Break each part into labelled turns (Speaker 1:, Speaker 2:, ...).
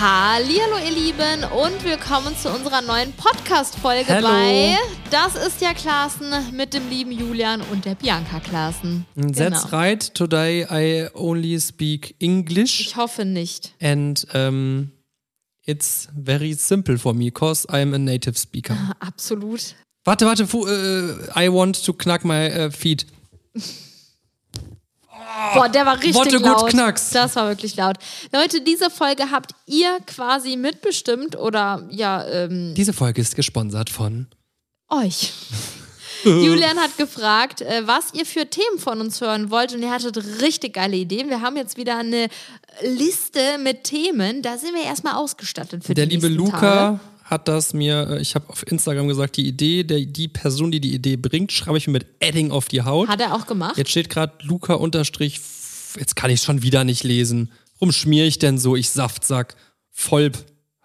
Speaker 1: Hallihallo, ihr Lieben, und willkommen zu unserer neuen Podcast-Folge
Speaker 2: Hallo.
Speaker 1: bei Das ist ja Klassen mit dem lieben Julian und der Bianca Klassen. Genau.
Speaker 2: And That's right. Today I only speak English
Speaker 1: Ich hoffe nicht.
Speaker 2: and um, it's very simple for me, cause I'm a native speaker.
Speaker 1: Absolut.
Speaker 2: Warte, warte, fu äh, I want to knack my äh, feet.
Speaker 1: Boah, der war richtig
Speaker 2: Ah, Worte gut
Speaker 1: laut.
Speaker 2: knackst.
Speaker 1: Das war wirklich laut. Leute, diese Folge habt ihr quasi mitbestimmt oder ja, ähm,
Speaker 2: Diese Folge ist gesponsert von.
Speaker 1: euch. Julian hat gefragt, äh, was ihr für Themen von uns hören wollt und ihr hattet richtig geile Ideen. Wir haben jetzt wieder eine Liste mit Themen. Da sind wir erstmal ausgestattet für
Speaker 2: Der
Speaker 1: die
Speaker 2: liebe
Speaker 1: nächsten
Speaker 2: Luca
Speaker 1: Tage.
Speaker 2: hat das mir, äh, ich habe auf Instagram gesagt, die Idee, der, die Person, die die Idee bringt, schreibe ich mir mit Adding auf die Haut.
Speaker 1: Hat er auch gemacht?
Speaker 2: Jetzt steht gerade Luca unterstrich, f- jetzt kann ich schon wieder nicht lesen. Warum schmier ich denn so? Ich Saftsack. Volb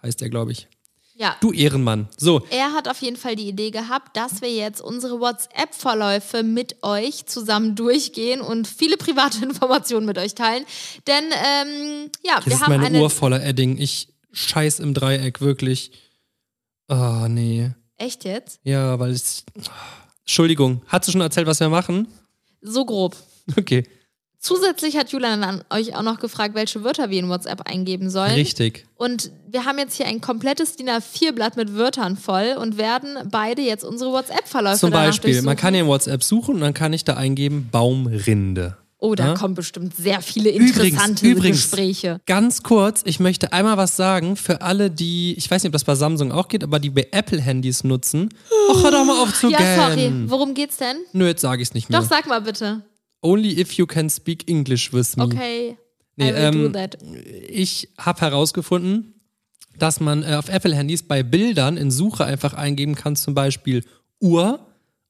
Speaker 2: heißt er, glaube ich.
Speaker 1: ja.
Speaker 2: Du Ehrenmann. So,
Speaker 1: Er hat auf jeden Fall die Idee gehabt, dass wir jetzt unsere WhatsApp-Verläufe mit euch zusammen durchgehen und viele private Informationen mit euch teilen. Denn ähm, ja,
Speaker 2: das
Speaker 1: wir
Speaker 2: ist
Speaker 1: haben
Speaker 2: meine
Speaker 1: eine.
Speaker 2: Uhr voller Adding. Ich scheiß im Dreieck, wirklich. Ah, nee.
Speaker 1: echt jetzt?
Speaker 2: Ja, weil es. Entschuldigung, hast du schon erzählt, was wir machen?
Speaker 1: So grob.
Speaker 2: Okay,
Speaker 1: Zusätzlich hat Julian an euch auch noch gefragt, welche Wörter wir in WhatsApp eingeben sollen.
Speaker 2: richtig.
Speaker 1: Und wir haben jetzt hier ein komplettes DIN A4-Blatt mit Wörtern voll und werden beide jetzt unsere WhatsApp-Verläufe
Speaker 2: Zum
Speaker 1: danach
Speaker 2: Beispiel, man
Speaker 1: durchsuchen.
Speaker 2: kann ja in WhatsApp suchen und dann kann ich da eingeben Baumrinde.
Speaker 1: Oh, da
Speaker 2: Ja?
Speaker 1: kommen bestimmt sehr viele
Speaker 2: Übrigens,
Speaker 1: interessante
Speaker 2: übrigens,
Speaker 1: Gespräche.
Speaker 2: ganz kurz, ich möchte einmal was sagen für alle, die, ich weiß nicht, ob das bei Samsung auch geht, aber die bei Apple-Handys nutzen. Och, hör doch mal auf zu
Speaker 1: Ja, sorry.
Speaker 2: gähnen.
Speaker 1: Worum geht's denn?
Speaker 2: Nö, jetzt sage ich es nicht mehr.
Speaker 1: Doch, sag mal bitte.
Speaker 2: Only if you can speak English with me.
Speaker 1: Okay.
Speaker 2: Hm. Nee,
Speaker 1: I will
Speaker 2: ähm,
Speaker 1: do that.
Speaker 2: Ich habe herausgefunden, dass man äh, auf Apple-Handys bei Bildern in Suche einfach eingeben kann, zum Beispiel Uhr.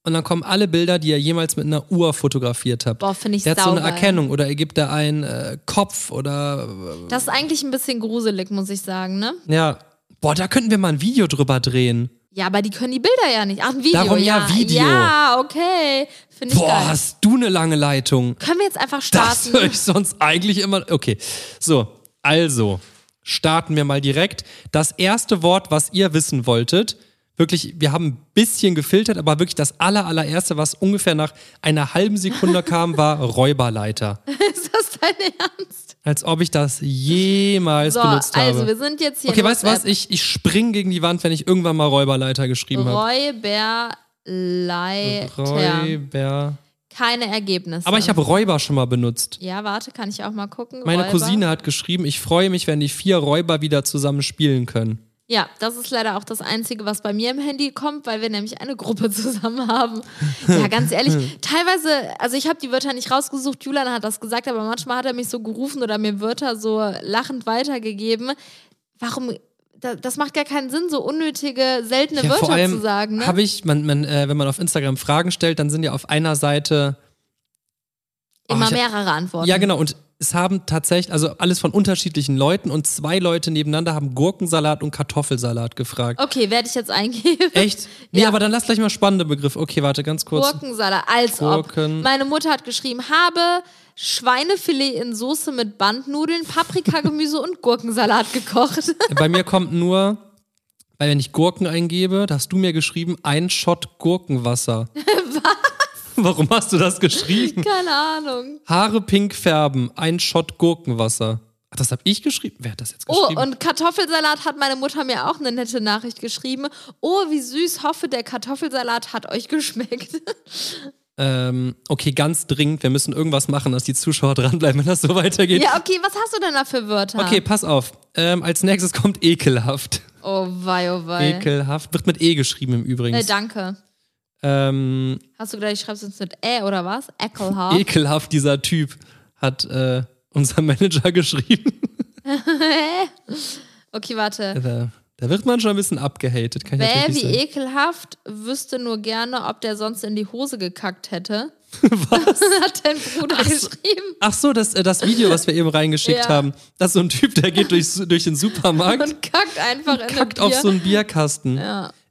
Speaker 2: Und dann kommen alle Bilder, die ihr jemals mit einer Uhr fotografiert habt.
Speaker 1: Boah, finde ich
Speaker 2: Der hat so eine
Speaker 1: saugeil.
Speaker 2: Erkennung oder er gibt da einen äh, Kopf oder
Speaker 1: Das ist eigentlich ein bisschen gruselig, muss ich sagen, ne?
Speaker 2: ja. Boah, da könnten wir mal ein Video drüber drehen.
Speaker 1: Ja, aber die können die Bilder ja nicht. Ach, ein Video.
Speaker 2: Darum ja Video.
Speaker 1: Ja, okay. Finde ich
Speaker 2: Boah,
Speaker 1: geil.
Speaker 2: hast du eine lange Leitung.
Speaker 1: Können wir jetzt einfach
Speaker 2: Das
Speaker 1: starten?
Speaker 2: höre ich sonst eigentlich immer. Okay, so, also, starten wir mal direkt. Das erste Wort, was ihr wissen wolltet, wirklich, wir haben ein bisschen gefiltert, aber wirklich das aller, allererste, was ungefähr nach einer halben Sekunde kam, war Räuberleiter.
Speaker 1: Ist das dein Ernst?
Speaker 2: Als ob ich das jemals
Speaker 1: So,
Speaker 2: benutzt
Speaker 1: also wir
Speaker 2: habe.
Speaker 1: sind jetzt hier.
Speaker 2: Okay,
Speaker 1: in
Speaker 2: weißt du was?
Speaker 1: WhatsApp.
Speaker 2: Ich, ich spring gegen die Wand, wenn ich irgendwann mal Räuberleiter geschrieben habe.
Speaker 1: Räuberleiter.
Speaker 2: Räuber.
Speaker 1: Keine Ergebnisse.
Speaker 2: Aber ich habe Räuber schon mal benutzt.
Speaker 1: Ja, warte, kann ich auch mal gucken.
Speaker 2: Meine
Speaker 1: Räuber.
Speaker 2: Cousine hat geschrieben, ich freue mich, wenn die vier Räuber wieder zusammen spielen können.
Speaker 1: Ja, das ist leider auch das Einzige, was bei mir im Handy kommt, weil wir nämlich eine Gruppe zusammen haben. Ja, ganz ehrlich, teilweise, also ich habe die Wörter nicht rausgesucht, Julian hat das gesagt, aber manchmal hat er mich so gerufen oder mir Wörter so lachend weitergegeben. Warum, da, das macht gar keinen Sinn, so unnötige, seltene
Speaker 2: ja,
Speaker 1: Wörter
Speaker 2: vor allem
Speaker 1: zu sagen. Ne?
Speaker 2: habe ich, man, man, äh, wenn man auf Instagram Fragen stellt, dann sind ja auf einer Seite, Oh,
Speaker 1: Immer
Speaker 2: ich hab-
Speaker 1: mehrere Antworten.
Speaker 2: ja genau, und es haben tatsächlich, also alles von unterschiedlichen Leuten und zwei Leute nebeneinander haben Gurkensalat und Kartoffelsalat gefragt.
Speaker 1: Okay, werde ich jetzt eingeben.
Speaker 2: Echt? Nee,
Speaker 1: Ja.
Speaker 2: aber dann lass gleich mal spannende Begriffe. Okay, warte, ganz kurz.
Speaker 1: Gurkensalat, als
Speaker 2: Gurken.
Speaker 1: ob. Meine Mutter hat geschrieben, habe Schweinefilet in Soße mit Bandnudeln, Paprikagemüse und Gurkensalat gekocht.
Speaker 2: Bei mir kommt nur, weil wenn ich Gurken eingebe, da hast du mir geschrieben, ein Shot Gurkenwasser. Was? Warum hast du das geschrieben?
Speaker 1: Keine Ahnung.
Speaker 2: Haare pink färben, ein Shot Gurkenwasser. Ach, das habe ich geschrieben. Wer hat das jetzt
Speaker 1: Oh,
Speaker 2: geschrieben?
Speaker 1: und Kartoffelsalat hat meine Mutter mir auch eine nette Nachricht geschrieben. Oh, wie süß, hoffe, der Kartoffelsalat hat euch geschmeckt.
Speaker 2: ähm, okay, ganz dringend, wir müssen irgendwas machen, dass die Zuschauer dranbleiben, wenn das so weitergeht.
Speaker 1: ja, okay, was hast du denn da für Wörter?
Speaker 2: Okay, pass auf. Ähm, als nächstes kommt ekelhaft.
Speaker 1: Oh, wei, oh, wei.
Speaker 2: Ekelhaft. Wird mit E geschrieben im Übrigen.
Speaker 1: Äh, danke.
Speaker 2: ähm,
Speaker 1: Hast du gedacht, ich schreib's jetzt mit Ä oder was? Ekelhaft.
Speaker 2: ekelhaft, dieser Typ, hat äh, unser Manager geschrieben.
Speaker 1: okay, warte.
Speaker 2: da, da wird man schon ein bisschen abgehatet, kann ich
Speaker 1: Bäh,
Speaker 2: natürlich
Speaker 1: wie
Speaker 2: nicht
Speaker 1: ekelhaft, wüsste nur gerne, ob der sonst in die Hose gekackt hätte.
Speaker 2: sagen. Was?
Speaker 1: Hat dein Bruder geschrieben.
Speaker 2: Ach so, das, äh, das Video, was wir eben reingeschickt
Speaker 1: e- Ja.
Speaker 2: haben, das ist so ein Typ, der geht durchs, durch den Supermarkt
Speaker 1: Und kackt einfach in
Speaker 2: kackt
Speaker 1: ein
Speaker 2: auf
Speaker 1: Äh, ne, Bier.
Speaker 2: so einen Bierkasten.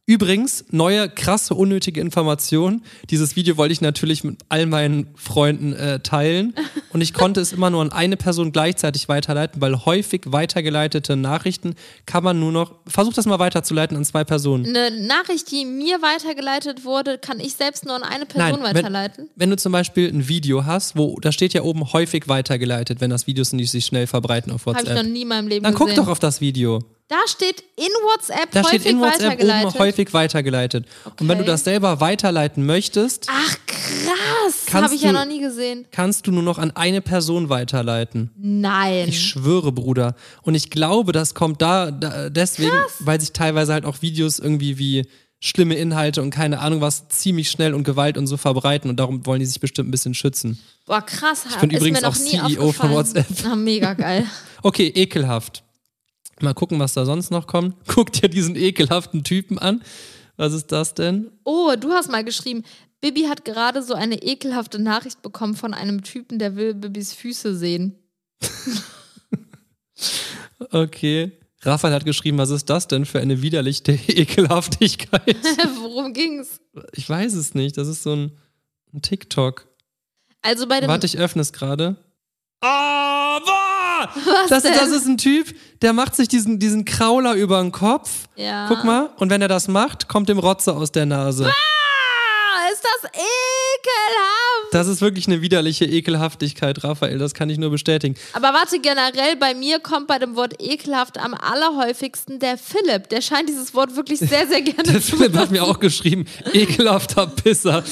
Speaker 2: Übrigens, neue krasse, unnötige Information. Dieses Video wollte ich natürlich mit all meinen Freunden äh, teilen. Und ich konnte es immer nur an eine Person gleichzeitig weiterleiten, weil häufig weitergeleitete Nachrichten kann man nur noch. Versuch das mal weiterzuleiten an zwei Personen.
Speaker 1: Eine Nachricht, die mir weitergeleitet wurde, kann ich selbst nur an eine Person
Speaker 2: wenn-
Speaker 1: weiterleiten.
Speaker 2: Wenn du zum Beispiel ein Video hast, wo da steht ja oben häufig weitergeleitet, wenn das Videos sind, die sich schnell verbreiten auf
Speaker 1: Habe ich noch
Speaker 2: WhatsApp.
Speaker 1: nie in meinem Leben
Speaker 2: Dann guck
Speaker 1: gesehen.
Speaker 2: doch auf das Video.
Speaker 1: Da steht in WhatsApp
Speaker 2: Da
Speaker 1: häufig
Speaker 2: steht in WhatsApp oben
Speaker 1: weitergeleitet.
Speaker 2: häufig weitergeleitet. Und wenn du
Speaker 1: Okay. Ah.
Speaker 2: das selber weiterleiten möchtest,
Speaker 1: Ach krass,
Speaker 2: Kannst
Speaker 1: habe ich ja
Speaker 2: du-
Speaker 1: noch nie gesehen.
Speaker 2: kannst du nur noch an eine Person weiterleiten.
Speaker 1: Nein.
Speaker 2: Ich schwöre, Bruder. Und ich glaube, das kommt da, da deswegen, weil sich teilweise halt auch Videos irgendwie wie schlimme Inhalte und keine Ahnung was ziemlich schnell und Gewalt und so verbreiten und darum wollen die sich bestimmt ein bisschen schützen.
Speaker 1: Boah, krass.
Speaker 2: bin
Speaker 1: ist
Speaker 2: übrigens
Speaker 1: mir noch
Speaker 2: auch
Speaker 1: nie
Speaker 2: CEO von
Speaker 1: aufgefallen.
Speaker 2: WhatsApp.
Speaker 1: Ah, mega geil.
Speaker 2: Okay, ekelhaft. Mal gucken, was da sonst noch kommt. Guck dir diesen ekelhaften Typen an. Was ist das denn?
Speaker 1: Oh, du hast mal geschrieben, Bibi hat gerade so eine ekelhafte Nachricht bekommen von einem Typen, der will Bibis Füße sehen.
Speaker 2: Okay. Raphael hat geschrieben, was ist das denn für eine widerliche Ekelhaftigkeit?
Speaker 1: Worum ging's?
Speaker 2: Ich weiß es nicht. Das ist so ein, ein TikTok.
Speaker 1: Also bei dem
Speaker 2: Warte, ich öffne es gerade. Aber! das,
Speaker 1: denn?
Speaker 2: das ist ein Typ, der macht sich diesen, diesen Krauler über den Kopf.
Speaker 1: Ja.
Speaker 2: Guck mal, und wenn er das macht, kommt dem Rotze aus der Nase.
Speaker 1: Ah, ist das ekelhaft.
Speaker 2: Das ist wirklich eine widerliche Ekelhaftigkeit, Raphael. Das kann ich nur bestätigen.
Speaker 1: Aber warte, generell bei mir kommt bei dem Wort ekelhaft am allerhäufigsten der Philipp. Der scheint dieses Wort wirklich sehr, sehr gerne
Speaker 2: Der
Speaker 1: zu
Speaker 2: Philipp hat mir auch geschrieben, ekelhafter Pisser.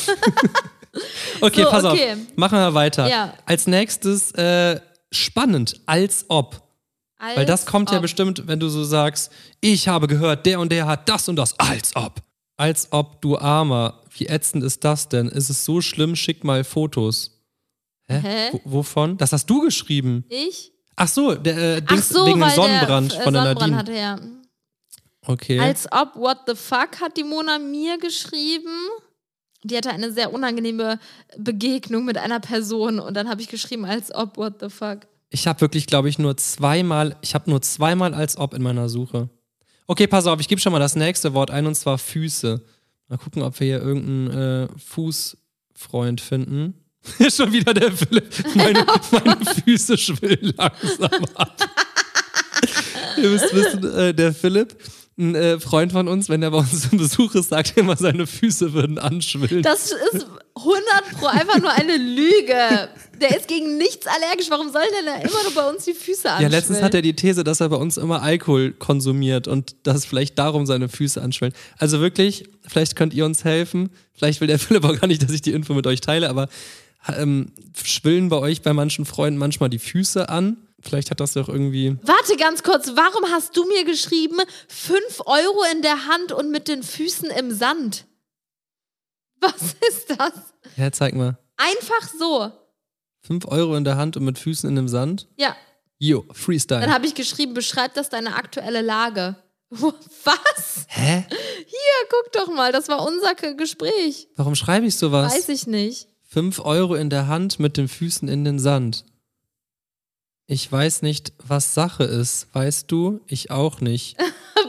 Speaker 2: okay,
Speaker 1: So,
Speaker 2: pass
Speaker 1: okay.
Speaker 2: auf. Machen wir weiter.
Speaker 1: Ja.
Speaker 2: Als nächstes, äh, spannend, als ob. Weil das kommt ja
Speaker 1: bestimmt.
Speaker 2: bestimmt, wenn du so sagst, ich habe gehört, der und der hat das und das, als ob. Als ob, du Armer. Wie ätzend ist das denn? Ist es so schlimm? Schick mal Fotos. Hä?
Speaker 1: Hä?
Speaker 2: W- Wovon? Das hast du geschrieben.
Speaker 1: Ich?
Speaker 2: Ach so, der, äh,
Speaker 1: Ach
Speaker 2: Dings,
Speaker 1: so,
Speaker 2: wegen dem
Speaker 1: weil
Speaker 2: Sonnenbrand
Speaker 1: der äh,
Speaker 2: von der
Speaker 1: Sonnenbrand
Speaker 2: Nadine.
Speaker 1: hatte, ja.
Speaker 2: Okay.
Speaker 1: Als ob, what the fuck, hat die Mona mir geschrieben. Die hatte eine sehr unangenehme Begegnung mit einer Person und dann habe ich geschrieben, als ob, what the fuck.
Speaker 2: ich habe wirklich, glaube ich, nur zweimal, ich habe nur zweimal als ob in meiner Suche. Okay, pass auf, ich gebe schon mal das nächste Wort ein und zwar Füße. Mal gucken, ob wir hier irgendeinen äh, Fußfreund finden. schon wieder der Philipp. Meine, meine Füße schwillen langsam ab. Ihr müsst wissen, äh, der Philipp, ein äh, Freund von uns, wenn er bei uns im Besuch ist, sagt er immer, seine Füße würden anschwillen.
Speaker 1: Das ist 100 pro einfach nur eine Lüge. Der ist gegen nichts allergisch. Warum soll denn er immer nur bei uns die Füße
Speaker 2: Ja,
Speaker 1: anschwellen?
Speaker 2: letztens hat er die These, dass er bei uns immer Alkohol konsumiert und dass vielleicht darum seine Füße anschwellen. Also wirklich, vielleicht könnt ihr uns helfen. Vielleicht will der Philipp auch gar nicht, dass ich die Info mit euch teile, aber ähm, schwillen bei euch bei manchen Freunden manchmal die Füße an. Vielleicht hat das doch irgendwie.
Speaker 1: Warte ganz kurz, warum hast du mir geschrieben, 5 Euro in der Hand und mit den Füßen im Sand? Was ist das?
Speaker 2: Ja, zeig mal.
Speaker 1: Einfach so.
Speaker 2: Fünf Euro in der Hand und mit Füßen in dem Sand.
Speaker 1: Ja,
Speaker 2: Jo,
Speaker 1: dann
Speaker 2: Freestyle.
Speaker 1: habe ich geschrieben, beschreib das deine aktuelle Lage. Was?
Speaker 2: Hä?
Speaker 1: Ja, guck doch mal, das war unser K- Gespräch.
Speaker 2: Warum schreibe ich sowas?
Speaker 1: Weiß ich nicht.
Speaker 2: Fünf Euro in der Hand mit den Füßen in den Sand. Ich weiß nicht, was Sache ist, weißt du? Ich auch nicht.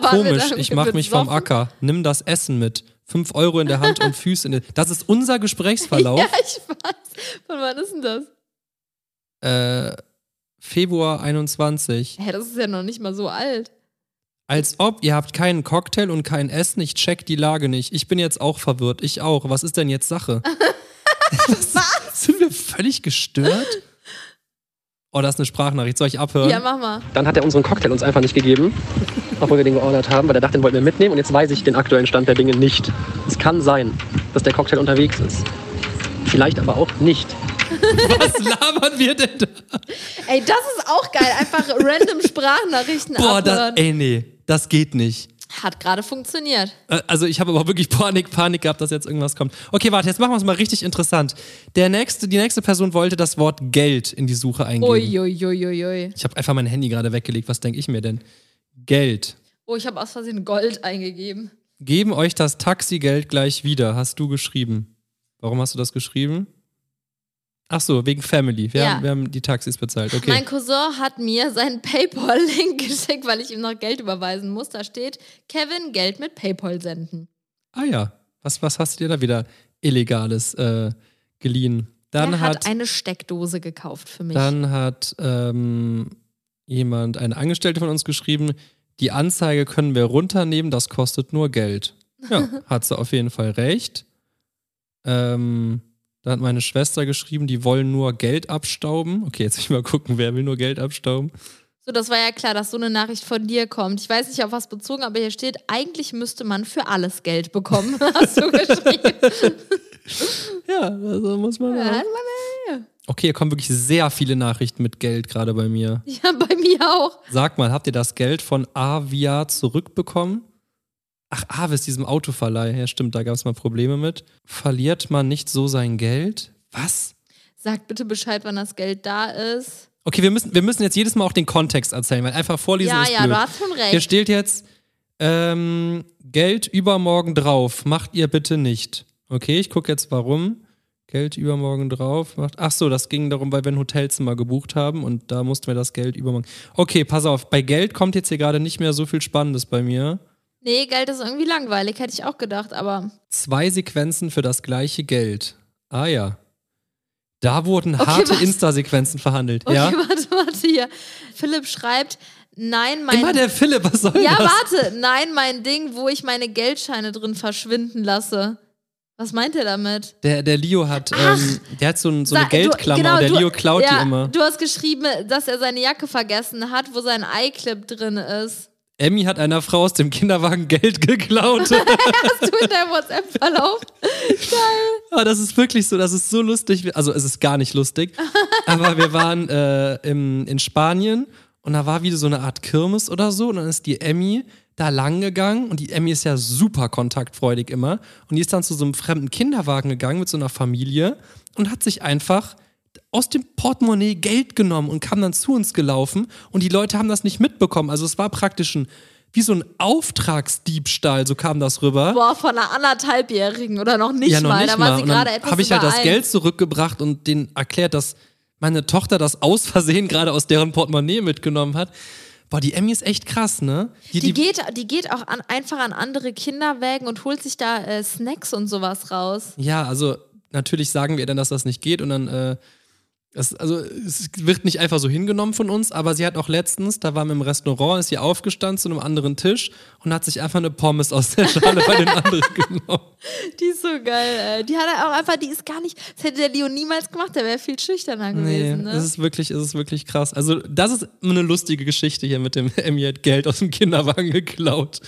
Speaker 1: Waren wir
Speaker 2: Komisch,
Speaker 1: da
Speaker 2: ich mach mich vom
Speaker 1: besoffen?
Speaker 2: Acker. Nimm das Essen mit. Fünf Euro in der Hand und Füße in den Das ist unser Gesprächsverlauf.
Speaker 1: Ja, ich weiß. Von wann ist denn das?
Speaker 2: Äh, Februar 21.
Speaker 1: Hä, das ist ja noch nicht mal so alt.
Speaker 2: Als ob, ihr habt keinen Cocktail und kein Essen. Ich check die Lage nicht. Ich bin jetzt auch verwirrt. Ich auch. Was ist denn jetzt Sache? was? Sind wir völlig gestört? Oh, das ist eine Sprachnachricht. Soll ich abhören?
Speaker 1: Ja, mach mal.
Speaker 3: Dann hat er unseren Cocktail uns einfach nicht gegeben, obwohl wir den geordert haben, weil er dachte, den wollten wir mitnehmen. Und jetzt weiß ich den aktuellen Stand der Dinge nicht. Es kann sein, dass der Cocktail unterwegs ist. Vielleicht aber auch nicht.
Speaker 2: Was labern wir denn da?
Speaker 1: Ey, das ist auch geil. Einfach random Sprachnachrichten
Speaker 2: Boah, das,
Speaker 1: abhören.
Speaker 2: ey, nee, das geht nicht.
Speaker 1: Hat gerade funktioniert.
Speaker 2: Äh, Also ich habe aber wirklich Panik, Panik gehabt, dass jetzt irgendwas kommt. Okay, warte, jetzt machen wir es mal richtig interessant. Der nächste, die nächste Person wollte das Wort Geld in die Suche eingeben.
Speaker 1: Uiuiuiui.
Speaker 2: Ich habe einfach mein Handy gerade weggelegt. Was denke ich mir denn? Geld.
Speaker 1: Oh, ich habe aus Versehen Gold eingegeben.
Speaker 2: Geben euch das Taxigeld gleich wieder, hast du geschrieben. Warum hast du das geschrieben? Ach so, wegen Family. Wir,
Speaker 1: Ja.
Speaker 2: haben, wir haben die Taxis bezahlt. Okay.
Speaker 1: Mein Cousin hat mir seinen PayPal-Link geschickt, weil ich ihm noch Geld überweisen muss. Da steht, Kevin, Geld mit PayPal senden.
Speaker 2: Ah ja, was, was hast du dir da wieder Illegales äh, geliehen? Dann
Speaker 1: Der
Speaker 2: hat,
Speaker 1: hat eine Steckdose gekauft für mich.
Speaker 2: dann hat ähm, jemand, eine Angestellte von uns geschrieben, die Anzeige können wir runternehmen, das kostet nur Geld. Ja, hat sie auf jeden Fall recht. Ähm, da hat meine Schwester geschrieben, die wollen nur Geld abstauben. Okay, jetzt will ich mal gucken, wer will nur Geld abstauben.
Speaker 1: So, das war ja klar, dass so eine Nachricht von dir kommt. Ich weiß nicht, auf was bezogen, aber hier steht, eigentlich müsste man für alles Geld bekommen. Hast du geschrieben?
Speaker 2: Ja, also muss man.
Speaker 1: ja,
Speaker 2: Okay, hier kommen wirklich sehr viele Nachrichten mit Geld gerade bei mir.
Speaker 1: ja, bei mir auch.
Speaker 2: Sag mal, habt ihr das Geld von Avia zurückbekommen? Ach, Avis, diesem Autoverleih. Ja, stimmt, da gab es mal Probleme mit. Verliert man nicht so sein Geld? Was?
Speaker 1: Sag bitte Bescheid, wann das Geld da ist.
Speaker 2: Okay, wir müssen, wir müssen jetzt jedes Mal auch den Kontext erzählen, weil einfach vorlesen
Speaker 1: ja,
Speaker 2: ist
Speaker 1: ja,
Speaker 2: blöd.
Speaker 1: du hast schon
Speaker 2: Hier
Speaker 1: recht.
Speaker 2: steht jetzt, ähm, Geld übermorgen drauf, macht ihr bitte nicht. Okay, ich gucke jetzt warum. Geld übermorgen drauf, macht. Ach so, das ging darum, weil wir ein Hotelzimmer gebucht haben und da mussten wir das Geld übermorgen. Okay, pass auf, bei Geld kommt jetzt hier gerade nicht mehr so viel Spannendes bei mir.
Speaker 1: Nee, Geld ist irgendwie langweilig, hätte ich auch gedacht, aber
Speaker 2: Zwei Sequenzen für das gleiche Geld. Ah ja. Da wurden
Speaker 1: Okay,
Speaker 2: harte
Speaker 1: was?
Speaker 2: Insta-Sequenzen verhandelt.
Speaker 1: okay,
Speaker 2: ja?
Speaker 1: warte, warte hier. Philipp schreibt, nein, mein
Speaker 2: Immer der Philipp, was soll
Speaker 1: Ja,
Speaker 2: das?
Speaker 1: warte. Nein, mein Ding, wo ich meine Geldscheine drin verschwinden lasse. Was meint er damit?
Speaker 2: Der, der Leo hat, ähm, der hat so, ein, so
Speaker 1: Sa-
Speaker 2: eine
Speaker 1: du-
Speaker 2: Geldklammer
Speaker 1: genau,
Speaker 2: und der
Speaker 1: du-
Speaker 2: Leo klaut
Speaker 1: ja,
Speaker 2: die immer.
Speaker 1: Du hast geschrieben, dass er seine Jacke vergessen hat, wo sein iClip drin ist.
Speaker 2: Emmy hat einer Frau aus dem Kinderwagen Geld geklaut.
Speaker 1: Hast du in deinem WhatsApp-Verlauf?
Speaker 2: Aber das ist wirklich so, das ist so lustig. Also es ist gar nicht lustig. Aber wir waren äh, im, in Spanien und da war wieder so eine Art Kirmes oder so. Und dann ist die Emmy da lang gegangen und die Emmy ist ja super kontaktfreudig immer. Und die ist dann zu so einem fremden Kinderwagen gegangen mit so einer Familie und hat sich einfach aus dem Portemonnaie Geld genommen und kam dann zu uns gelaufen und die Leute haben das nicht mitbekommen. Also es war praktisch ein, wie so ein Auftragsdiebstahl, so kam das rüber.
Speaker 1: Boah, von einer anderthalbjährigen oder noch nicht
Speaker 2: ja, noch
Speaker 1: mal.
Speaker 2: nicht
Speaker 1: da war
Speaker 2: mal.
Speaker 1: sie
Speaker 2: Und dann
Speaker 1: gerade etwas
Speaker 2: habe ich halt
Speaker 1: über
Speaker 2: das
Speaker 1: eins.
Speaker 2: Geld zurückgebracht und denen erklärt, dass meine Tochter das aus Versehen gerade aus deren Portemonnaie mitgenommen hat. Boah, die Emmy ist echt krass, ne?
Speaker 1: Die geht, die geht auch an, einfach an andere Kinderwägen und holt sich da äh, Snacks und sowas raus.
Speaker 2: ja, also natürlich sagen wir dann, dass das nicht geht und dann, äh, das, also es wird nicht einfach so hingenommen von uns, aber sie hat auch letztens, da waren wir im Restaurant, ist sie aufgestanden zu einem anderen Tisch und hat sich einfach eine Pommes aus der Schale bei den anderen genommen.
Speaker 1: Die ist so geil, ey. Die hat er auch einfach, die ist gar nicht, das hätte der Leo niemals gemacht, der wäre viel schüchterner
Speaker 2: Nee,
Speaker 1: gewesen. Ne?
Speaker 2: es ist wirklich, es ist wirklich krass. Also, das ist eine lustige Geschichte hier mit dem Emmy hat Geld aus dem Kinderwagen geklaut.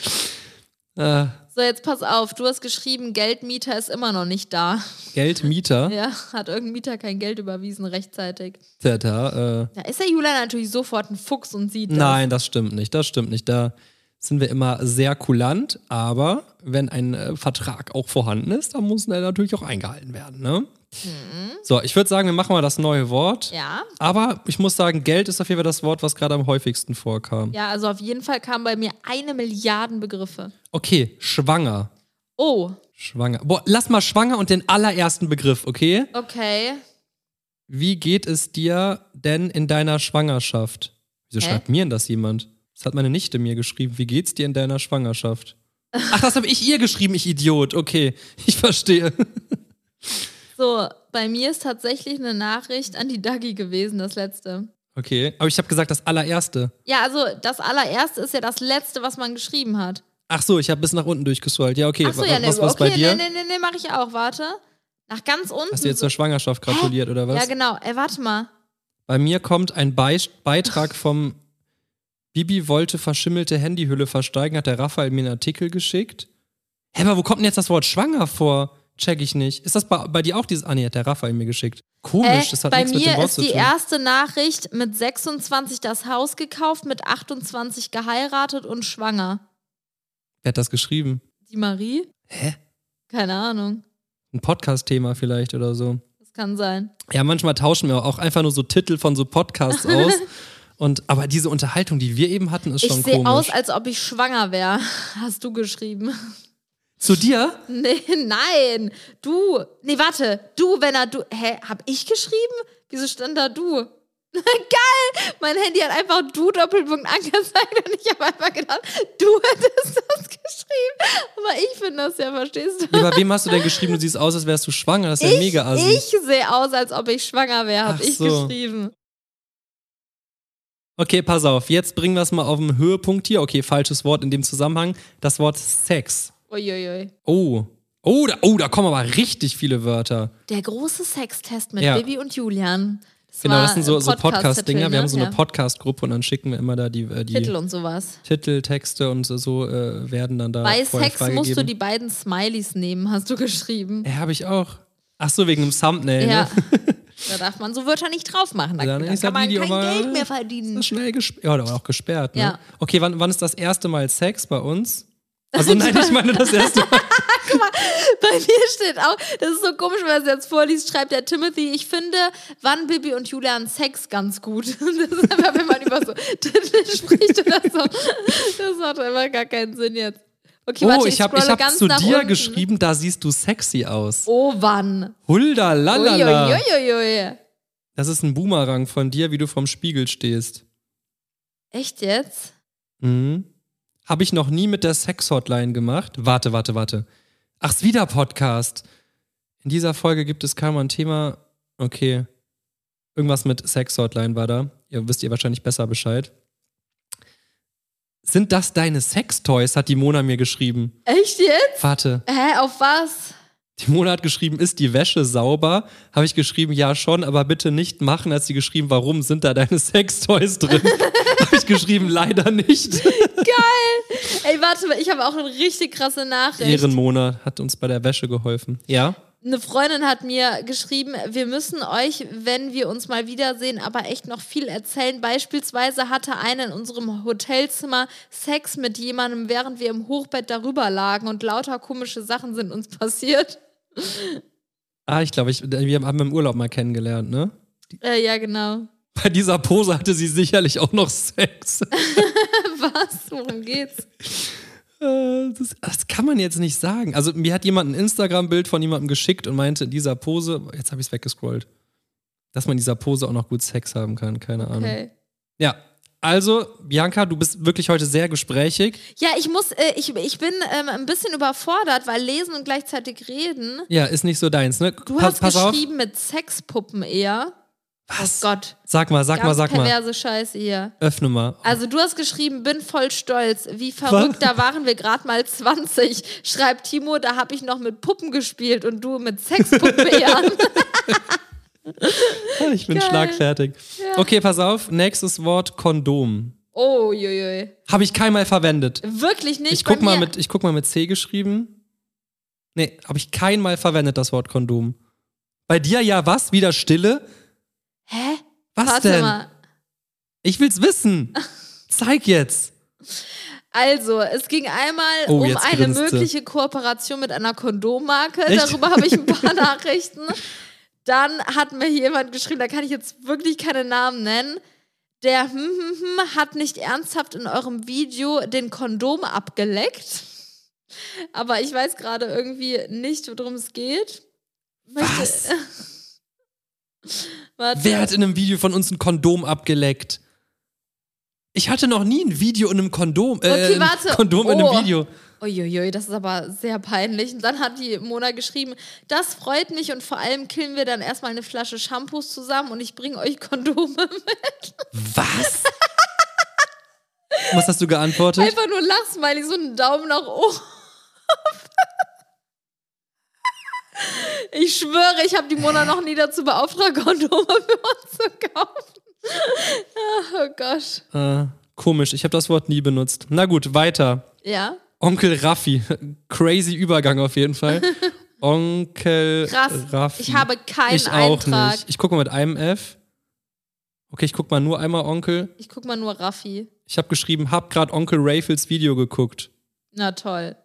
Speaker 2: Äh,
Speaker 1: So, jetzt pass auf, du hast geschrieben, Geldmieter ist immer noch nicht da.
Speaker 2: Geldmieter.
Speaker 1: Ja, hat irgendein Mieter kein Geld überwiesen rechtzeitig.
Speaker 2: Tata, äh,
Speaker 1: Da ist der Julian natürlich sofort ein Fuchs und sieht das.
Speaker 2: Nein, das stimmt nicht, das stimmt nicht. Da sind wir immer sehr kulant, aber wenn ein äh, Vertrag auch vorhanden ist, dann muss der natürlich auch eingehalten werden. Ne? So, ich würde sagen, wir machen mal das neue Wort.
Speaker 1: Mhm. Ja.
Speaker 2: Aber ich muss sagen, Geld ist auf jeden Fall das Wort, was gerade am häufigsten vorkam.
Speaker 1: Ja, also auf jeden Fall kamen bei mir eine Milliarden Begriffe.
Speaker 2: Okay, schwanger.
Speaker 1: Oh,
Speaker 2: Schwanger. Boah, lass mal schwanger und den allerersten Begriff, okay?
Speaker 1: okay.
Speaker 2: Wie geht es dir denn in deiner Schwangerschaft? Wieso
Speaker 1: Hä?
Speaker 2: schreibt mir denn das jemand? Das hat meine Nichte mir geschrieben. Wie geht's dir in deiner Schwangerschaft? Ach, das habe ich ihr geschrieben, ich Idiot. Okay, ich verstehe.
Speaker 1: So, bei mir ist tatsächlich eine Nachricht an die Dagi gewesen, das letzte.
Speaker 2: Okay, aber ich habe gesagt, das allererste.
Speaker 1: Ja, also das allererste ist ja das letzte, was man geschrieben hat.
Speaker 2: Ach so, ich habe bis nach unten durchgescrollt. Ja, okay.
Speaker 1: Achso,
Speaker 2: wa-
Speaker 1: ja, nee,
Speaker 2: was war's
Speaker 1: okay,
Speaker 2: bei dir?
Speaker 1: nee, nee, nee, nee, mach ich auch, warte. Nach ganz unten.
Speaker 2: Hast du jetzt zur Schwangerschaft gratuliert oder was?
Speaker 1: Ja, genau. Ey, warte mal.
Speaker 2: Bei mir kommt ein Beis- Beitrag vom Bibi wollte verschimmelte Handyhülle versteigen, hat der Raphael mir einen Artikel geschickt. Hä, aber wo kommt denn jetzt das Wort schwanger vor? Check ich nicht. Ist das bei, bei dir auch dieses? Ah, nee, hat der Raphael mir geschickt. Komisch,
Speaker 1: Äh,
Speaker 2: das hat
Speaker 1: bei
Speaker 2: nichts mit dem
Speaker 1: mir
Speaker 2: Wort
Speaker 1: ist
Speaker 2: zu
Speaker 1: die
Speaker 2: tun.
Speaker 1: erste Nachricht mit 26 das Haus gekauft, mit 28 geheiratet und schwanger.
Speaker 2: Wer hat das geschrieben?
Speaker 1: Die Marie?
Speaker 2: Hä?
Speaker 1: Keine Ahnung.
Speaker 2: Ein Podcast-Thema vielleicht oder so.
Speaker 1: Das kann sein.
Speaker 2: Ja, manchmal tauschen wir auch einfach nur so Titel von so Podcasts aus. Und, aber diese Unterhaltung, die wir eben hatten, ist
Speaker 1: Ich
Speaker 2: schon
Speaker 1: sehe
Speaker 2: komisch.
Speaker 1: aus, als ob ich schwanger wäre, hast du geschrieben.
Speaker 2: zu dir?
Speaker 1: Nee, nein. Du. Nee, warte. Du, wenn er du. Hä, hab ich geschrieben? Wieso stand da du? Geil! Mein Handy hat einfach du Doppelpunkt angezeigt und ich habe einfach gedacht, du hättest das geschrieben. Aber ich finde das ja, verstehst du?
Speaker 2: Aber wem hast du denn geschrieben, du siehst aus, als wärst du schwanger? Das ist ja mega assi.
Speaker 1: ich sehe aus, als ob ich schwanger wäre,
Speaker 2: Ach
Speaker 1: habe ich
Speaker 2: so.
Speaker 1: geschrieben.
Speaker 2: Okay, pass auf. Jetzt bringen wir es mal auf den Höhepunkt hier. Okay, falsches Wort in dem Zusammenhang. Das Wort Sex.
Speaker 1: Uiuiui.
Speaker 2: Oh. Oh, da, oh, da kommen aber richtig viele Wörter.
Speaker 1: Der große Sextest mit
Speaker 2: Ja.
Speaker 1: Bibi und Julian. Das
Speaker 2: Genau,
Speaker 1: war
Speaker 2: das sind so,
Speaker 1: im
Speaker 2: so Podcast-Dinger.
Speaker 1: Podcast-Titel,
Speaker 2: Wir
Speaker 1: ne?
Speaker 2: haben so eine
Speaker 1: Ja.
Speaker 2: Podcast-Gruppe und dann schicken wir immer da die, äh, die
Speaker 1: Titel und sowas.
Speaker 2: Titel, Texte und so, so äh, werden dann da.
Speaker 1: Bei
Speaker 2: vorher
Speaker 1: Sex musst du
Speaker 2: freigegeben.
Speaker 1: die beiden Smileys nehmen, hast du geschrieben.
Speaker 2: Ja, habe ich auch. Ach so, wegen dem Thumbnail,
Speaker 1: Ja.
Speaker 2: ne?
Speaker 1: da darf man so Wörter nicht drauf machen. Da,
Speaker 2: Dann
Speaker 1: da
Speaker 2: ist
Speaker 1: kann
Speaker 2: das
Speaker 1: man
Speaker 2: Video
Speaker 1: kein
Speaker 2: mal-
Speaker 1: Geld mehr
Speaker 2: Ist
Speaker 1: verdienen.
Speaker 2: das schnell gesperrt. Ja, oder auch gesperrt, ne?
Speaker 1: Ja.
Speaker 2: Okay, wann, wann ist das erste Mal Sex bei uns? Also nein, ich meine das erste Mal.
Speaker 1: Bei mir steht auch, das ist so komisch, wenn er es jetzt vorliest, schreibt der Timothy, ich finde, wann Bibi und Julian Sex ganz gut. Das ist einfach, wenn man über so Titel spricht oder so. Das macht einfach gar keinen Sinn jetzt. Okay,
Speaker 2: Oh,
Speaker 1: warte,
Speaker 2: ich habe ich
Speaker 1: scrolle
Speaker 2: hab
Speaker 1: ganz
Speaker 2: zu
Speaker 1: nach
Speaker 2: dir
Speaker 1: unten.
Speaker 2: geschrieben, da siehst du sexy aus.
Speaker 1: Oh, wann?
Speaker 2: Hulda lalala.
Speaker 1: Uiuiuiui.
Speaker 2: Das ist ein Boomerang von dir, wie du vorm Spiegel stehst.
Speaker 1: Echt jetzt?
Speaker 2: Mhm. Habe ich noch nie mit der Sex-Hotline gemacht. Warte, warte, warte. Ach, ist wieder Podcast. In dieser Folge gibt es kaum ein Thema. Okay. Irgendwas mit Sex-Hotline war da. Ihr wisst ihr wahrscheinlich besser Bescheid. Sind das deine Sextoys? hat die Mona mir geschrieben.
Speaker 1: Echt jetzt?
Speaker 2: Warte.
Speaker 1: Hä, auf was?
Speaker 2: Die Mona hat geschrieben, ist die Wäsche sauber? Habe ich geschrieben, ja schon, aber bitte nicht machen. Hat sie geschrieben, warum sind da deine Sextoys drin? Habe ich geschrieben, leider nicht.
Speaker 1: Ey, warte mal, ich habe auch eine richtig krasse Nachricht.
Speaker 2: Ehrenmona hat uns bei der Wäsche geholfen. Ja?
Speaker 1: Eine Freundin hat mir geschrieben, wir müssen euch, wenn wir uns mal wiedersehen, aber echt noch viel erzählen. Beispielsweise hatte eine in unserem Hotelzimmer Sex mit jemandem, während wir im Hochbett darüber lagen und lauter komische Sachen sind uns passiert.
Speaker 2: Ah, ich glaube, ich, wir haben im Urlaub mal kennengelernt, ne?
Speaker 1: Äh, ja, genau.
Speaker 2: Bei dieser Pose hatte sie sicherlich auch noch Sex.
Speaker 1: Was? Worum geht's?
Speaker 2: Äh, das, das kann man jetzt nicht sagen. Also, mir hat jemand ein Instagram-Bild von jemandem geschickt und meinte, in dieser Pose, jetzt habe ich es weggescrollt, dass man in dieser Pose auch noch gut Sex haben kann. Keine Ahnung.
Speaker 1: Okay.
Speaker 2: Ja, also Bianca, du bist wirklich heute sehr gesprächig.
Speaker 1: Ja, ich muss, äh, ich, ich bin ähm, ein bisschen überfordert, weil lesen und gleichzeitig reden.
Speaker 2: Ja, ist nicht so deins, ne?
Speaker 1: Du hast geschrieben mit Sexpuppen eher.
Speaker 2: Was?
Speaker 1: Oh Gott.
Speaker 2: Sag mal, sag
Speaker 1: Ganz
Speaker 2: mal, sag mal.
Speaker 1: perverse Scheiße hier.
Speaker 2: Öffne mal.
Speaker 1: Also du hast geschrieben, bin voll stolz. Wie verrückt, da waren wir gerade mal 20. Schreibt Timo, da habe ich noch mit Puppen gespielt und du mit Sexpuppen eher.
Speaker 2: Ich bin schlagfertig. Okay, pass auf. Nächstes Wort Kondom.
Speaker 1: Oh, juiui.
Speaker 2: Habe ich keinmal verwendet.
Speaker 1: Wirklich nicht.
Speaker 2: Ich, guck
Speaker 1: Bei
Speaker 2: mal
Speaker 1: mir-
Speaker 2: mit, ich guck mal mit C geschrieben. Nee, habe ich keinmal verwendet, das Wort Kondom. Bei dir ja was? Wieder Stille?
Speaker 1: Hä?
Speaker 2: Was
Speaker 1: Warte
Speaker 2: denn?
Speaker 1: mal.
Speaker 2: Ich will's wissen. Zeig jetzt.
Speaker 1: Also, es ging einmal
Speaker 2: Oh,
Speaker 1: um
Speaker 2: jetzt
Speaker 1: eine
Speaker 2: grinst sie.
Speaker 1: mögliche Kooperation mit einer Kondommarke.
Speaker 2: Echt?
Speaker 1: Darüber habe ich ein paar Nachrichten. Dann hat mir hier jemand geschrieben, da kann ich jetzt wirklich keine Namen nennen. Der hm, hm, hm hat nicht ernsthaft in eurem Video den Kondom abgeleckt. Aber ich weiß gerade irgendwie nicht, worum es geht. Möchte-
Speaker 2: Was?
Speaker 1: Warte.
Speaker 2: Wer hat in einem Video von uns ein Kondom abgeleckt? Ich hatte noch nie ein Video in einem Kondom. Äh,
Speaker 1: Okay,
Speaker 2: ein
Speaker 1: warte.
Speaker 2: Kondom in
Speaker 1: Oh.
Speaker 2: einem Video.
Speaker 1: Uiuiui, das ist aber sehr peinlich. Und dann hat die Mona geschrieben, das freut mich und vor allem killen wir dann erstmal eine Flasche Shampoos zusammen und ich bringe euch Kondome mit.
Speaker 2: Was? Was hast du geantwortet?
Speaker 1: Einfach nur Lachsmiley, so einen Daumen nach oben. Ich schwöre, ich habe die Mona noch nie dazu beauftragt, Kondome für uns zu kaufen. Oh Gott.
Speaker 2: Äh, komisch, ich habe das Wort nie benutzt. Na gut, weiter.
Speaker 1: Ja,
Speaker 2: Onkel Raffi. Crazy Übergang auf jeden Fall. Onkel
Speaker 1: krass.
Speaker 2: Raffi.
Speaker 1: Ich habe keinen
Speaker 2: ich auch
Speaker 1: Eintrag.
Speaker 2: nicht. Ich gucke mal mit einem F. Okay, ich guck mal nur einmal Onkel.
Speaker 1: Ich guck mal nur Raffi.
Speaker 2: Ich habe geschrieben, hab grad Onkel Rafels Video geguckt.
Speaker 1: Na toll.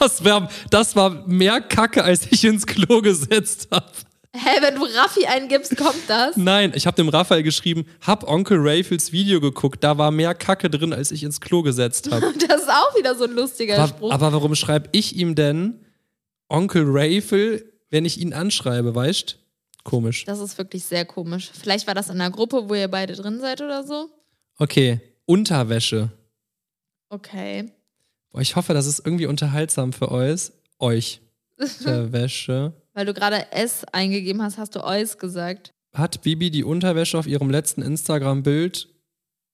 Speaker 2: Das, wär, das war mehr Kacke, als ich ins Klo gesetzt habe.
Speaker 1: Hä, wenn du Raffi eingibst, kommt das?
Speaker 2: Nein, ich habe dem Raphael geschrieben, hab Onkel Rafels Video geguckt. Da war mehr Kacke drin, als ich ins Klo gesetzt habe.
Speaker 1: Das ist auch wieder so ein lustiger
Speaker 2: aber,
Speaker 1: Spruch.
Speaker 2: aber warum schreibe ich ihm denn Onkel Rafel, wenn ich ihn anschreibe, weißt? Komisch.
Speaker 1: das ist wirklich sehr komisch. Vielleicht war das in einer Gruppe, wo ihr beide drin seid oder so.
Speaker 2: Okay, Unterwäsche.
Speaker 1: Okay.
Speaker 2: Boah, ich hoffe, das ist irgendwie unterhaltsam für euch. Euch. Unterwäsche.
Speaker 1: Weil du gerade S eingegeben hast, hast du Eus gesagt.
Speaker 2: Hat Bibi die Unterwäsche auf ihrem letzten Instagram-Bild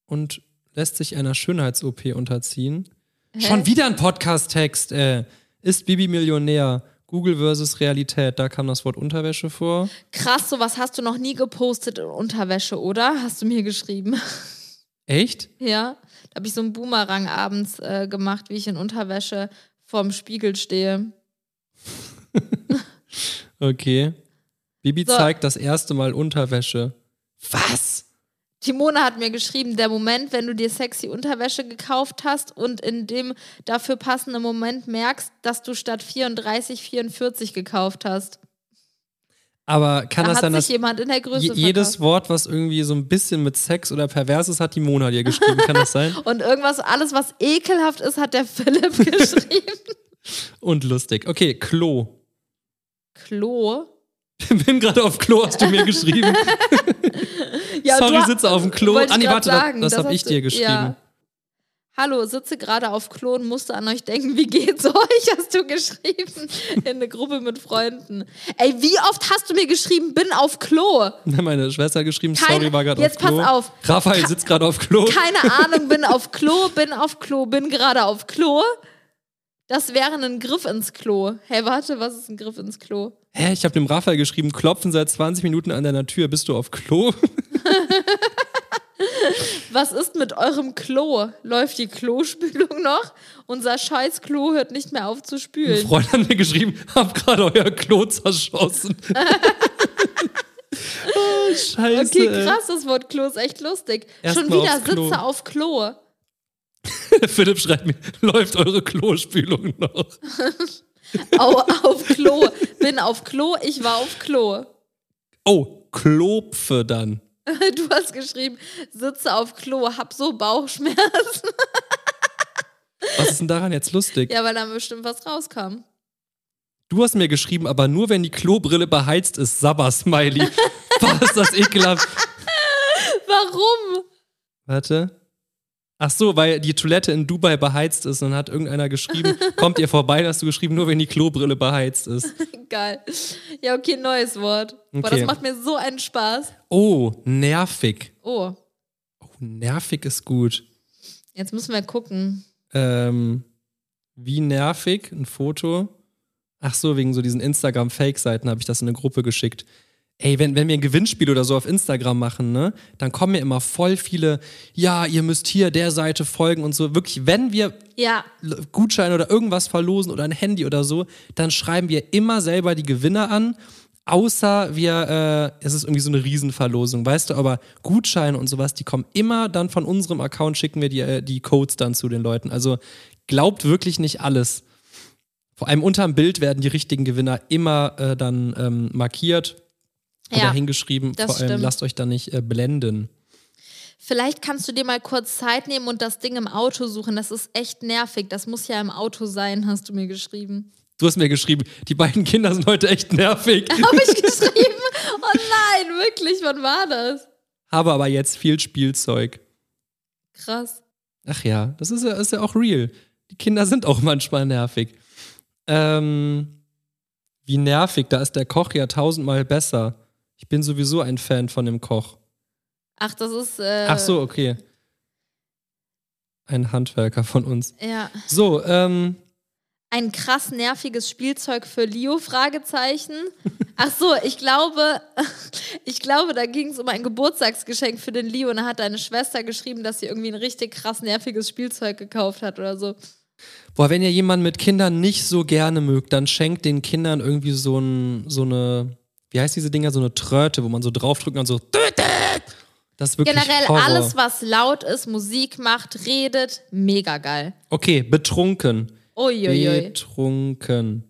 Speaker 2: und lässt sich einer Schönheits-OP unterziehen?
Speaker 1: Hä?
Speaker 2: Schon wieder ein Podcast-Text. Äh. Ist Bibi Millionär? Google versus Realität. Da kam das Wort Unterwäsche vor.
Speaker 1: Krass, sowas hast du noch nie gepostet in Unterwäsche, oder? Hast du mir geschrieben.
Speaker 2: Echt?
Speaker 1: ja. Da habe ich so einen Boomerang abends äh, gemacht, wie ich in Unterwäsche vorm Spiegel stehe.
Speaker 2: Okay. Bibi
Speaker 1: So.
Speaker 2: zeigt das erste Mal Unterwäsche. Was?
Speaker 1: Timone hat mir geschrieben, der Moment, wenn du dir sexy Unterwäsche gekauft hast und in dem dafür passenden Moment merkst, dass du statt 34 44 gekauft hast.
Speaker 2: Aber kann
Speaker 1: da
Speaker 2: das
Speaker 1: hat
Speaker 2: dann,
Speaker 1: sich
Speaker 2: dass
Speaker 1: jemand in der Größe
Speaker 2: je- jedes
Speaker 1: verkauft.
Speaker 2: Wort, was irgendwie so ein bisschen mit Sex oder Perverses hat, die Mona dir geschrieben? Kann das sein?
Speaker 1: Und irgendwas, alles was ekelhaft ist, hat der Philipp geschrieben.
Speaker 2: Und lustig. Okay, Klo.
Speaker 1: Klo.
Speaker 2: Bin gerade auf Klo, hast du mir geschrieben.
Speaker 1: Ja,
Speaker 2: Sorry,
Speaker 1: du-
Speaker 2: sitze auf dem Klo.
Speaker 1: wollte ich
Speaker 2: Ah, nee,
Speaker 1: grad
Speaker 2: warte, das- das hab
Speaker 1: hast
Speaker 2: ich
Speaker 1: du-
Speaker 2: dir geschrieben.
Speaker 1: Hallo, sitze gerade auf Klo und musste an euch denken, wie geht's euch, hast du geschrieben in eine Gruppe mit Freunden. Ey, wie oft hast du mir geschrieben, bin auf Klo?
Speaker 2: Meine Schwester hat geschrieben,
Speaker 1: Kein-
Speaker 2: sorry, war gerade auf
Speaker 1: Jetzt
Speaker 2: Klo.
Speaker 1: pass auf.
Speaker 2: Raphael sitzt gerade auf Klo.
Speaker 1: Keine Ahnung, bin auf Klo, bin auf Klo, bin gerade auf Klo. Das wäre ein Griff ins Klo. Hey, warte, was ist ein Griff ins Klo?
Speaker 2: Hä, ich habe dem Raphael geschrieben, klopfen seit 20 Minuten an deiner Tür, bist du auf Klo?
Speaker 1: Was ist mit eurem Klo? Läuft die Klospülung noch? Unser scheiß Klo hört nicht mehr auf zu
Speaker 2: Ein
Speaker 1: spülen.
Speaker 2: Freund hat mir geschrieben, hab gerade euer Klo zerschossen. oh, scheiße.
Speaker 1: Okay,
Speaker 2: ey.
Speaker 1: krass, das Wort Klo ist echt lustig.
Speaker 2: Erst
Speaker 1: Schon
Speaker 2: mal
Speaker 1: wieder
Speaker 2: aufs Klo.
Speaker 1: sitze auf Klo.
Speaker 2: Philipp schreibt mir, läuft eure Klospülung noch?
Speaker 1: Au, auf Klo. Bin auf Klo, ich war auf Klo.
Speaker 2: Oh, Klopfe dann.
Speaker 1: Du hast geschrieben, sitze auf Klo, hab so Bauchschmerzen.
Speaker 2: Was ist denn daran jetzt lustig?
Speaker 1: Ja, weil dann bestimmt was rauskam.
Speaker 2: Du hast mir geschrieben, aber nur wenn die Klobrille beheizt ist, Sabber-Smiley. Was, das ekelhaft.
Speaker 1: Warum?
Speaker 2: Warte. Ach so, weil die Toilette in Dubai beheizt ist und dann hat irgendeiner geschrieben, kommt ihr vorbei, hast du geschrieben, nur wenn die Klobrille beheizt ist.
Speaker 1: Geil. Ja, okay, neues Wort. Boah,
Speaker 2: Okay.
Speaker 1: das macht mir so einen Spaß.
Speaker 2: Oh, nervig.
Speaker 1: Oh,
Speaker 2: Oh, nervig ist gut.
Speaker 1: jetzt müssen wir gucken.
Speaker 2: Ähm, wie nervig, ein Foto. Ach so, wegen so diesen Instagram-Fake-Seiten habe ich das in eine Gruppe geschickt. Ey, wenn, wenn wir ein Gewinnspiel oder so auf Instagram machen, ne, dann kommen mir immer voll viele, ja, ihr müsst hier der Seite folgen und so. Wirklich, wenn wir
Speaker 1: Ja,
Speaker 2: L- Gutschein oder irgendwas verlosen oder ein Handy oder so, dann schreiben wir immer selber die Gewinner an. Außer wir, äh, es ist irgendwie so eine Riesenverlosung, weißt du, aber Gutscheine und sowas, die kommen immer dann von unserem Account, schicken wir die, äh, die Codes dann zu den Leuten. Also glaubt wirklich nicht alles. Vor allem unterm Bild werden die richtigen Gewinner immer äh, dann ähm, markiert oder
Speaker 1: ja.
Speaker 2: hingeschrieben.
Speaker 1: das
Speaker 2: Vor allem
Speaker 1: stimmt.
Speaker 2: lasst euch da nicht äh, blenden.
Speaker 1: Vielleicht kannst du dir mal kurz Zeit nehmen und das Ding im Auto suchen. Das ist echt nervig. Das muss ja im Auto sein, hast du mir geschrieben.
Speaker 2: Du hast mir geschrieben, die beiden Kinder sind heute echt nervig.
Speaker 1: Habe ich geschrieben? Oh nein, wirklich, wann war das?
Speaker 2: Habe aber jetzt viel Spielzeug.
Speaker 1: Krass.
Speaker 2: Ach ja, das ist ja, ist ja auch real. Die Kinder sind auch manchmal nervig. Ähm, wie nervig, da ist der Koch ja tausendmal besser. Ich bin sowieso ein Fan von dem Koch.
Speaker 1: Ach, das ist. Äh,
Speaker 2: Ach so, okay. Ein Handwerker von uns.
Speaker 1: Ja.
Speaker 2: So, ähm,
Speaker 1: Ein krass nerviges Spielzeug für Leo? Fragezeichen. Ach so, ich glaube, ich glaube, da ging es um ein Geburtstagsgeschenk für den Leo und da hat deine Schwester geschrieben, dass sie irgendwie ein richtig krass nerviges Spielzeug gekauft hat oder so.
Speaker 2: boah, wenn ihr jemanden mit Kindern nicht so gerne mögt, dann schenkt den Kindern irgendwie so, ein, so eine, wie heißt diese Dinger, so eine Tröte, wo man so draufdrückt und dann so. Das ist wirklich
Speaker 1: Generell
Speaker 2: Horror.
Speaker 1: alles, was laut ist, Musik macht, redet, mega geil.
Speaker 2: Okay, betrunken.
Speaker 1: Uiuiui.
Speaker 2: Betrunken.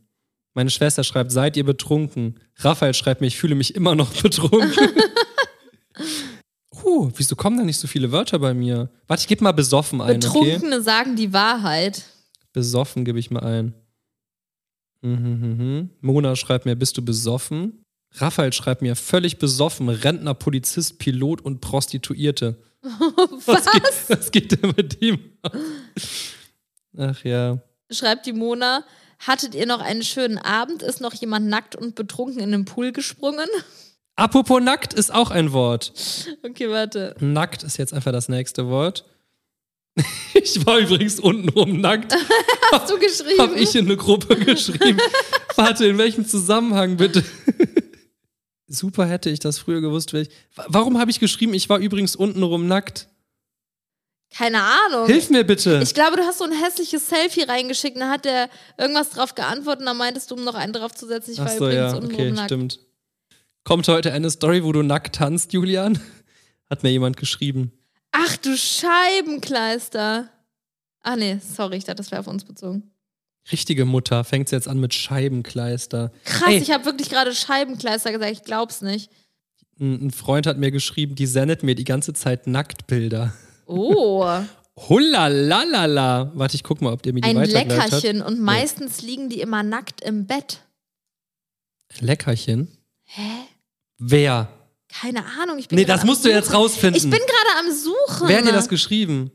Speaker 2: Meine Schwester schreibt, seid ihr betrunken? Raphael schreibt mir, ich fühle mich immer noch betrunken. uh, wieso kommen da nicht so viele Wörter bei mir? Warte, ich gebe mal besoffen ein, okay?
Speaker 1: Betrunkene sagen die Wahrheit.
Speaker 2: Besoffen gebe ich mal ein. Mhm, mhm, mhm. Mona schreibt mir, bist du besoffen? Raphael schreibt mir, völlig besoffen, Rentner, Polizist, Pilot und Prostituierte. Was, geht, was geht denn mit ihm? ab? Ach ja.
Speaker 1: schreibt die Mona. Hattet ihr noch einen schönen Abend? Ist noch jemand nackt und betrunken in den Pool gesprungen?
Speaker 2: Apropos nackt ist auch ein Wort.
Speaker 1: Okay, warte.
Speaker 2: Nackt ist jetzt einfach das nächste Wort. Ich war übrigens untenrum nackt,
Speaker 1: Hast du geschrieben?
Speaker 2: habe ich in eine Gruppe geschrieben. Warte, in welchem Zusammenhang bitte? Super hätte ich das früher gewusst. wär Ich... Wa- Warum habe ich geschrieben, ich war übrigens untenrum nackt?
Speaker 1: Keine Ahnung.
Speaker 2: Hilf mir bitte.
Speaker 1: Ich glaube, du hast so ein hässliches Selfie reingeschickt und da hat der irgendwas drauf geantwortet und dann meintest du, um noch einen draufzusetzen, ich war
Speaker 2: Ach so,
Speaker 1: übrigens
Speaker 2: ja,
Speaker 1: untenrum
Speaker 2: okay,
Speaker 1: nackt.
Speaker 2: stimmt. Kommt heute eine Story, wo du nackt tanzt, Julian? Hat mir jemand geschrieben.
Speaker 1: Ach du Scheibenkleister. Ach nee, sorry, ich dachte, das wäre auf uns bezogen.
Speaker 2: Richtige Mutter, fängt jetzt an mit Scheibenkleister.
Speaker 1: Krass,
Speaker 2: Ey.
Speaker 1: ich habe wirklich gerade Scheibenkleister gesagt, ich glaub's nicht.
Speaker 2: Ein ein Freund hat mir geschrieben, die sendet mir die ganze Zeit Nacktbilder.
Speaker 1: Oh,
Speaker 2: Hullalalala. Warte, ich guck mal, ob der mir die
Speaker 1: ein
Speaker 2: weitergeleitet hat.
Speaker 1: Leckerchen und meistens liegen die immer nackt im Bett.
Speaker 2: Leckerchen?
Speaker 1: Hä?
Speaker 2: Wer?
Speaker 1: Keine Ahnung, ich bin
Speaker 2: Nee,
Speaker 1: gerade
Speaker 2: das
Speaker 1: am
Speaker 2: musst du
Speaker 1: Suchen.
Speaker 2: jetzt rausfinden.
Speaker 1: Ich bin gerade am Suchen.
Speaker 2: Wer hat dir das geschrieben?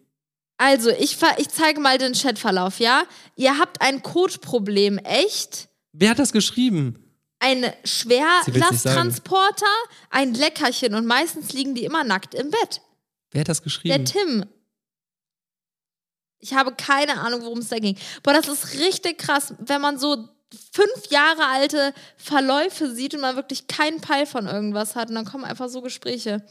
Speaker 1: Also, ich, ver- ich zeige mal den Chatverlauf, ja? Ihr habt ein Kotproblem, echt?
Speaker 2: Wer hat das geschrieben?
Speaker 1: Ein
Speaker 2: Sie will's nicht sagen.
Speaker 1: Schwerlasttransporter, ein Leckerchen und meistens liegen die immer nackt im Bett.
Speaker 2: Wer hat das
Speaker 1: Der
Speaker 2: geschrieben?
Speaker 1: Tim. Ich habe keine Ahnung, worum es da ging. Boah, das ist richtig krass, wenn man so fünf Jahre alte Verläufe sieht und man wirklich keinen Peil von irgendwas hat und dann kommen einfach so Gespräche.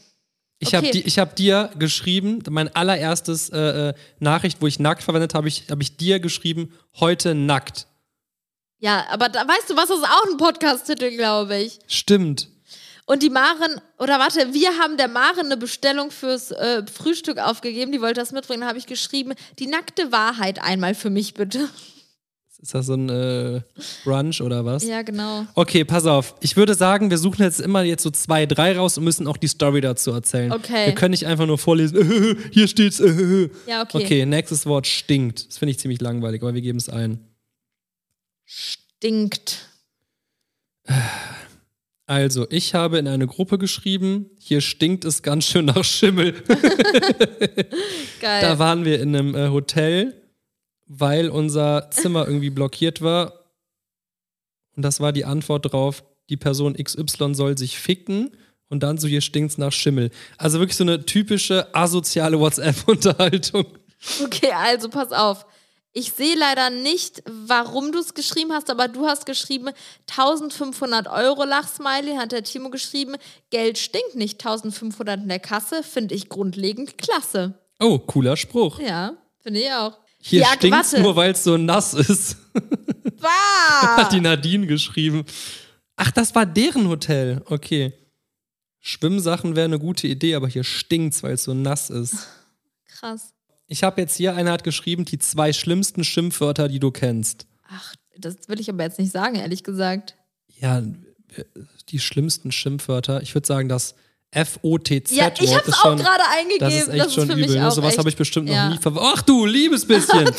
Speaker 2: Ich habe
Speaker 1: Okay.
Speaker 2: di ich hab dir geschrieben, mein allererstes äh, äh, Nachricht, wo ich nackt verwendet habe, ich, habe ich dir geschrieben, heute nackt.
Speaker 1: Ja, aber da, weißt du was, das ist auch ein Podcast-Titel, glaube ich.
Speaker 2: Stimmt.
Speaker 1: Und die Maren, oder warte, wir haben der Maren eine Bestellung fürs äh, Frühstück aufgegeben, die wollte das mitbringen, da habe ich geschrieben, die nackte Wahrheit einmal für mich bitte.
Speaker 2: Ist das so ein äh, Brunch oder was?
Speaker 1: Ja, genau.
Speaker 2: Okay, pass auf. Ich würde sagen, wir suchen jetzt immer jetzt so zwei, drei raus und müssen auch die Story dazu erzählen.
Speaker 1: Okay.
Speaker 2: Wir können nicht einfach nur vorlesen, hier steht's.
Speaker 1: Ja, okay.
Speaker 2: Okay, nächstes Wort stinkt. Das finde ich ziemlich langweilig, aber wir geben es ein.
Speaker 1: Stinkt.
Speaker 2: Also, ich habe in eine Gruppe geschrieben, hier stinkt es ganz schön nach Schimmel.
Speaker 1: Geil.
Speaker 2: Da waren wir in einem äh, Hotel, weil unser Zimmer irgendwie blockiert war. Und das war die Antwort drauf, die Person XY soll sich ficken. Und dann so, hier stinkt's nach Schimmel. Also wirklich so eine typische asoziale WhatsApp-Unterhaltung.
Speaker 1: Okay, also pass auf. Ich sehe leider nicht, warum du es geschrieben hast, aber du hast geschrieben 1500 Euro Lachsmiley, hat der Timo geschrieben. Geld stinkt nicht, 1500 in der Kasse, finde ich grundlegend klasse.
Speaker 2: Oh, cooler Spruch.
Speaker 1: Ja, finde ich auch.
Speaker 2: Hier
Speaker 1: Die
Speaker 2: stinkt's
Speaker 1: Aquatte.
Speaker 2: nur, weil es so nass ist,
Speaker 1: Bah! Ah.
Speaker 2: hat die Nadine geschrieben. Ach, das war deren Hotel. Okay. Schwimmsachen wäre eine gute Idee, aber hier stinkt's, weil es so nass ist.
Speaker 1: Krass.
Speaker 2: Ich habe jetzt hier, einer hat geschrieben, die zwei schlimmsten Schimpfwörter, die du kennst.
Speaker 1: Ach, das will ich aber jetzt nicht sagen, ehrlich gesagt.
Speaker 2: Ja, die schlimmsten Schimpfwörter. Ich würde sagen, das FOTZ.
Speaker 1: Ja, ich habe
Speaker 2: Wort
Speaker 1: es
Speaker 2: ist
Speaker 1: auch
Speaker 2: schon,
Speaker 1: gerade eingegeben.
Speaker 2: Das ist echt schon
Speaker 1: für
Speaker 2: übel.
Speaker 1: mich
Speaker 2: Ne?
Speaker 1: auch
Speaker 2: Sowas
Speaker 1: echt-
Speaker 2: habe ich bestimmt noch
Speaker 1: ja.
Speaker 2: nie ver. Ach du liebes bisschen.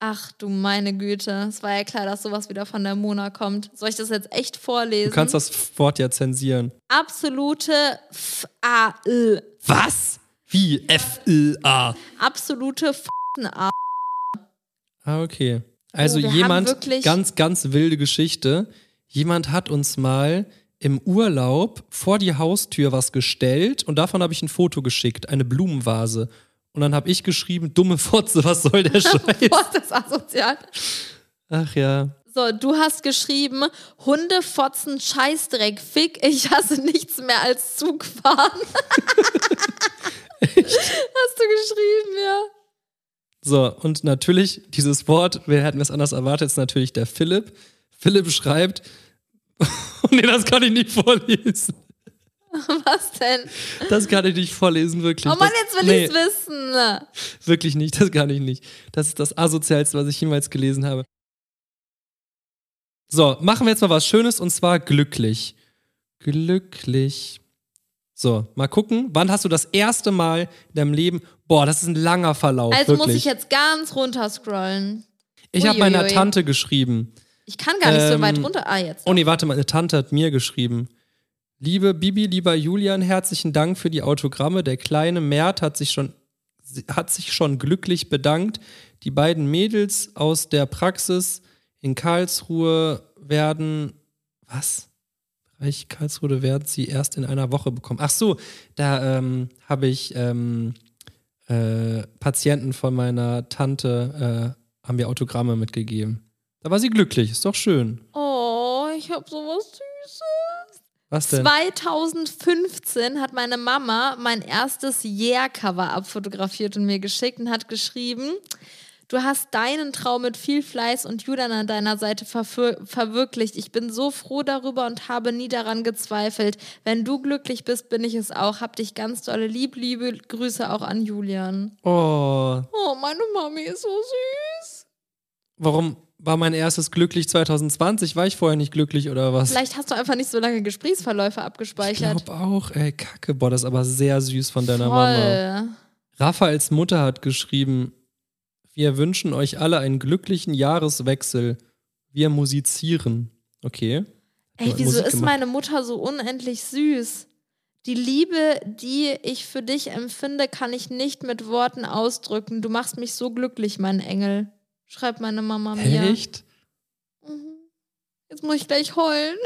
Speaker 1: Ach du meine Güte, es war ja klar, dass sowas wieder von der Mona kommt. Soll ich das jetzt echt vorlesen?
Speaker 2: du kannst das Wort ja zensieren.
Speaker 1: absolute F A L.
Speaker 2: Was? Wie? F-I-A.
Speaker 1: Absolute F A.
Speaker 2: Ah, okay. Also
Speaker 1: Oh, wir haben
Speaker 2: jemand,
Speaker 1: wirklich-
Speaker 2: ganz, ganz wilde Geschichte. Jemand hat uns mal im Urlaub vor die Haustür was gestellt und davon habe ich ein Foto geschickt, eine Blumenvase. Und dann habe ich geschrieben, dumme Fotze, was soll der Scheiß?
Speaker 1: Boah, das ist asozial.
Speaker 2: Ach ja.
Speaker 1: So, du hast geschrieben, Hunde fotzen Scheißdreck, Fick, ich hasse nichts mehr als Zugfahren. Hast du geschrieben, ja.
Speaker 2: So, und natürlich dieses Wort, wir hätten es anders erwartet, ist natürlich der Philipp. Philipp schreibt, nee, das kann ich nicht vorlesen.
Speaker 1: Was denn?
Speaker 2: Das kann ich nicht vorlesen, wirklich.
Speaker 1: Oh Mann,
Speaker 2: Das-
Speaker 1: jetzt will
Speaker 2: nee.
Speaker 1: ich's wissen.
Speaker 2: Wirklich nicht, das kann ich nicht. Das ist das asozialste, was ich jemals gelesen habe. So, machen wir jetzt mal was Schönes und zwar glücklich. Glücklich. So, mal gucken, wann hast du das erste Mal in deinem Leben, boah, das ist ein langer Verlauf,
Speaker 1: Also
Speaker 2: wirklich.
Speaker 1: muss ich jetzt ganz runter scrollen.
Speaker 2: ich habe meiner
Speaker 1: Uiuiui.
Speaker 2: Tante geschrieben.
Speaker 1: Ich kann gar nicht so
Speaker 2: Ähm,
Speaker 1: weit runter. Ah, jetzt.
Speaker 2: Oh nee, warte mal, eine Tante hat mir geschrieben. Liebe Bibi, lieber Julian, herzlichen Dank für die Autogramme. Der kleine Mert hat sich schon sie hat sich schon glücklich bedankt. Die beiden Mädels aus der Praxis in Karlsruhe werden. Was? Bereich Karlsruhe werden sie erst in einer Woche bekommen. Ach so, da ähm, habe ich ähm, äh, Patienten von meiner Tante, äh, haben mir Autogramme mitgegeben. Da war sie glücklich, ist doch schön.
Speaker 1: Oh, ich habe sowas Süßes.
Speaker 2: Was denn?
Speaker 1: 2015 hat meine Mama mein erstes Year-Cover abfotografiert und mir geschickt und hat geschrieben, du hast deinen Traum mit viel Fleiß und Julian an deiner Seite verfür- verwirklicht. Ich bin so froh darüber und habe nie daran gezweifelt. Wenn du glücklich bist, bin ich es auch. Hab dich ganz dolle lieb, liebe Grüße auch an Julian.
Speaker 2: Oh,
Speaker 1: Oh, meine Mami ist so süß.
Speaker 2: warum war mein erstes glücklich 2020? War ich vorher nicht glücklich oder was?
Speaker 1: Vielleicht hast du einfach nicht so lange Gesprächsverläufe
Speaker 2: ich
Speaker 1: abgespeichert.
Speaker 2: glaube auch, ey, Kacke. Boah, das ist aber sehr süß von deiner Mama.
Speaker 1: Voll.
Speaker 2: Raphaels Mutter hat geschrieben, wir wünschen euch alle einen glücklichen Jahreswechsel. Wir musizieren. Okay.
Speaker 1: Ey,
Speaker 2: Hat
Speaker 1: wieso
Speaker 2: Musik
Speaker 1: ist
Speaker 2: gemacht.
Speaker 1: meine Mutter so unendlich süß? Die Liebe, die ich für dich empfinde, kann ich nicht mit Worten ausdrücken. Du machst mich so glücklich, mein Engel. Schreibt meine Mama mir.
Speaker 2: Echt?
Speaker 1: Mhm. Jetzt muss ich gleich heulen,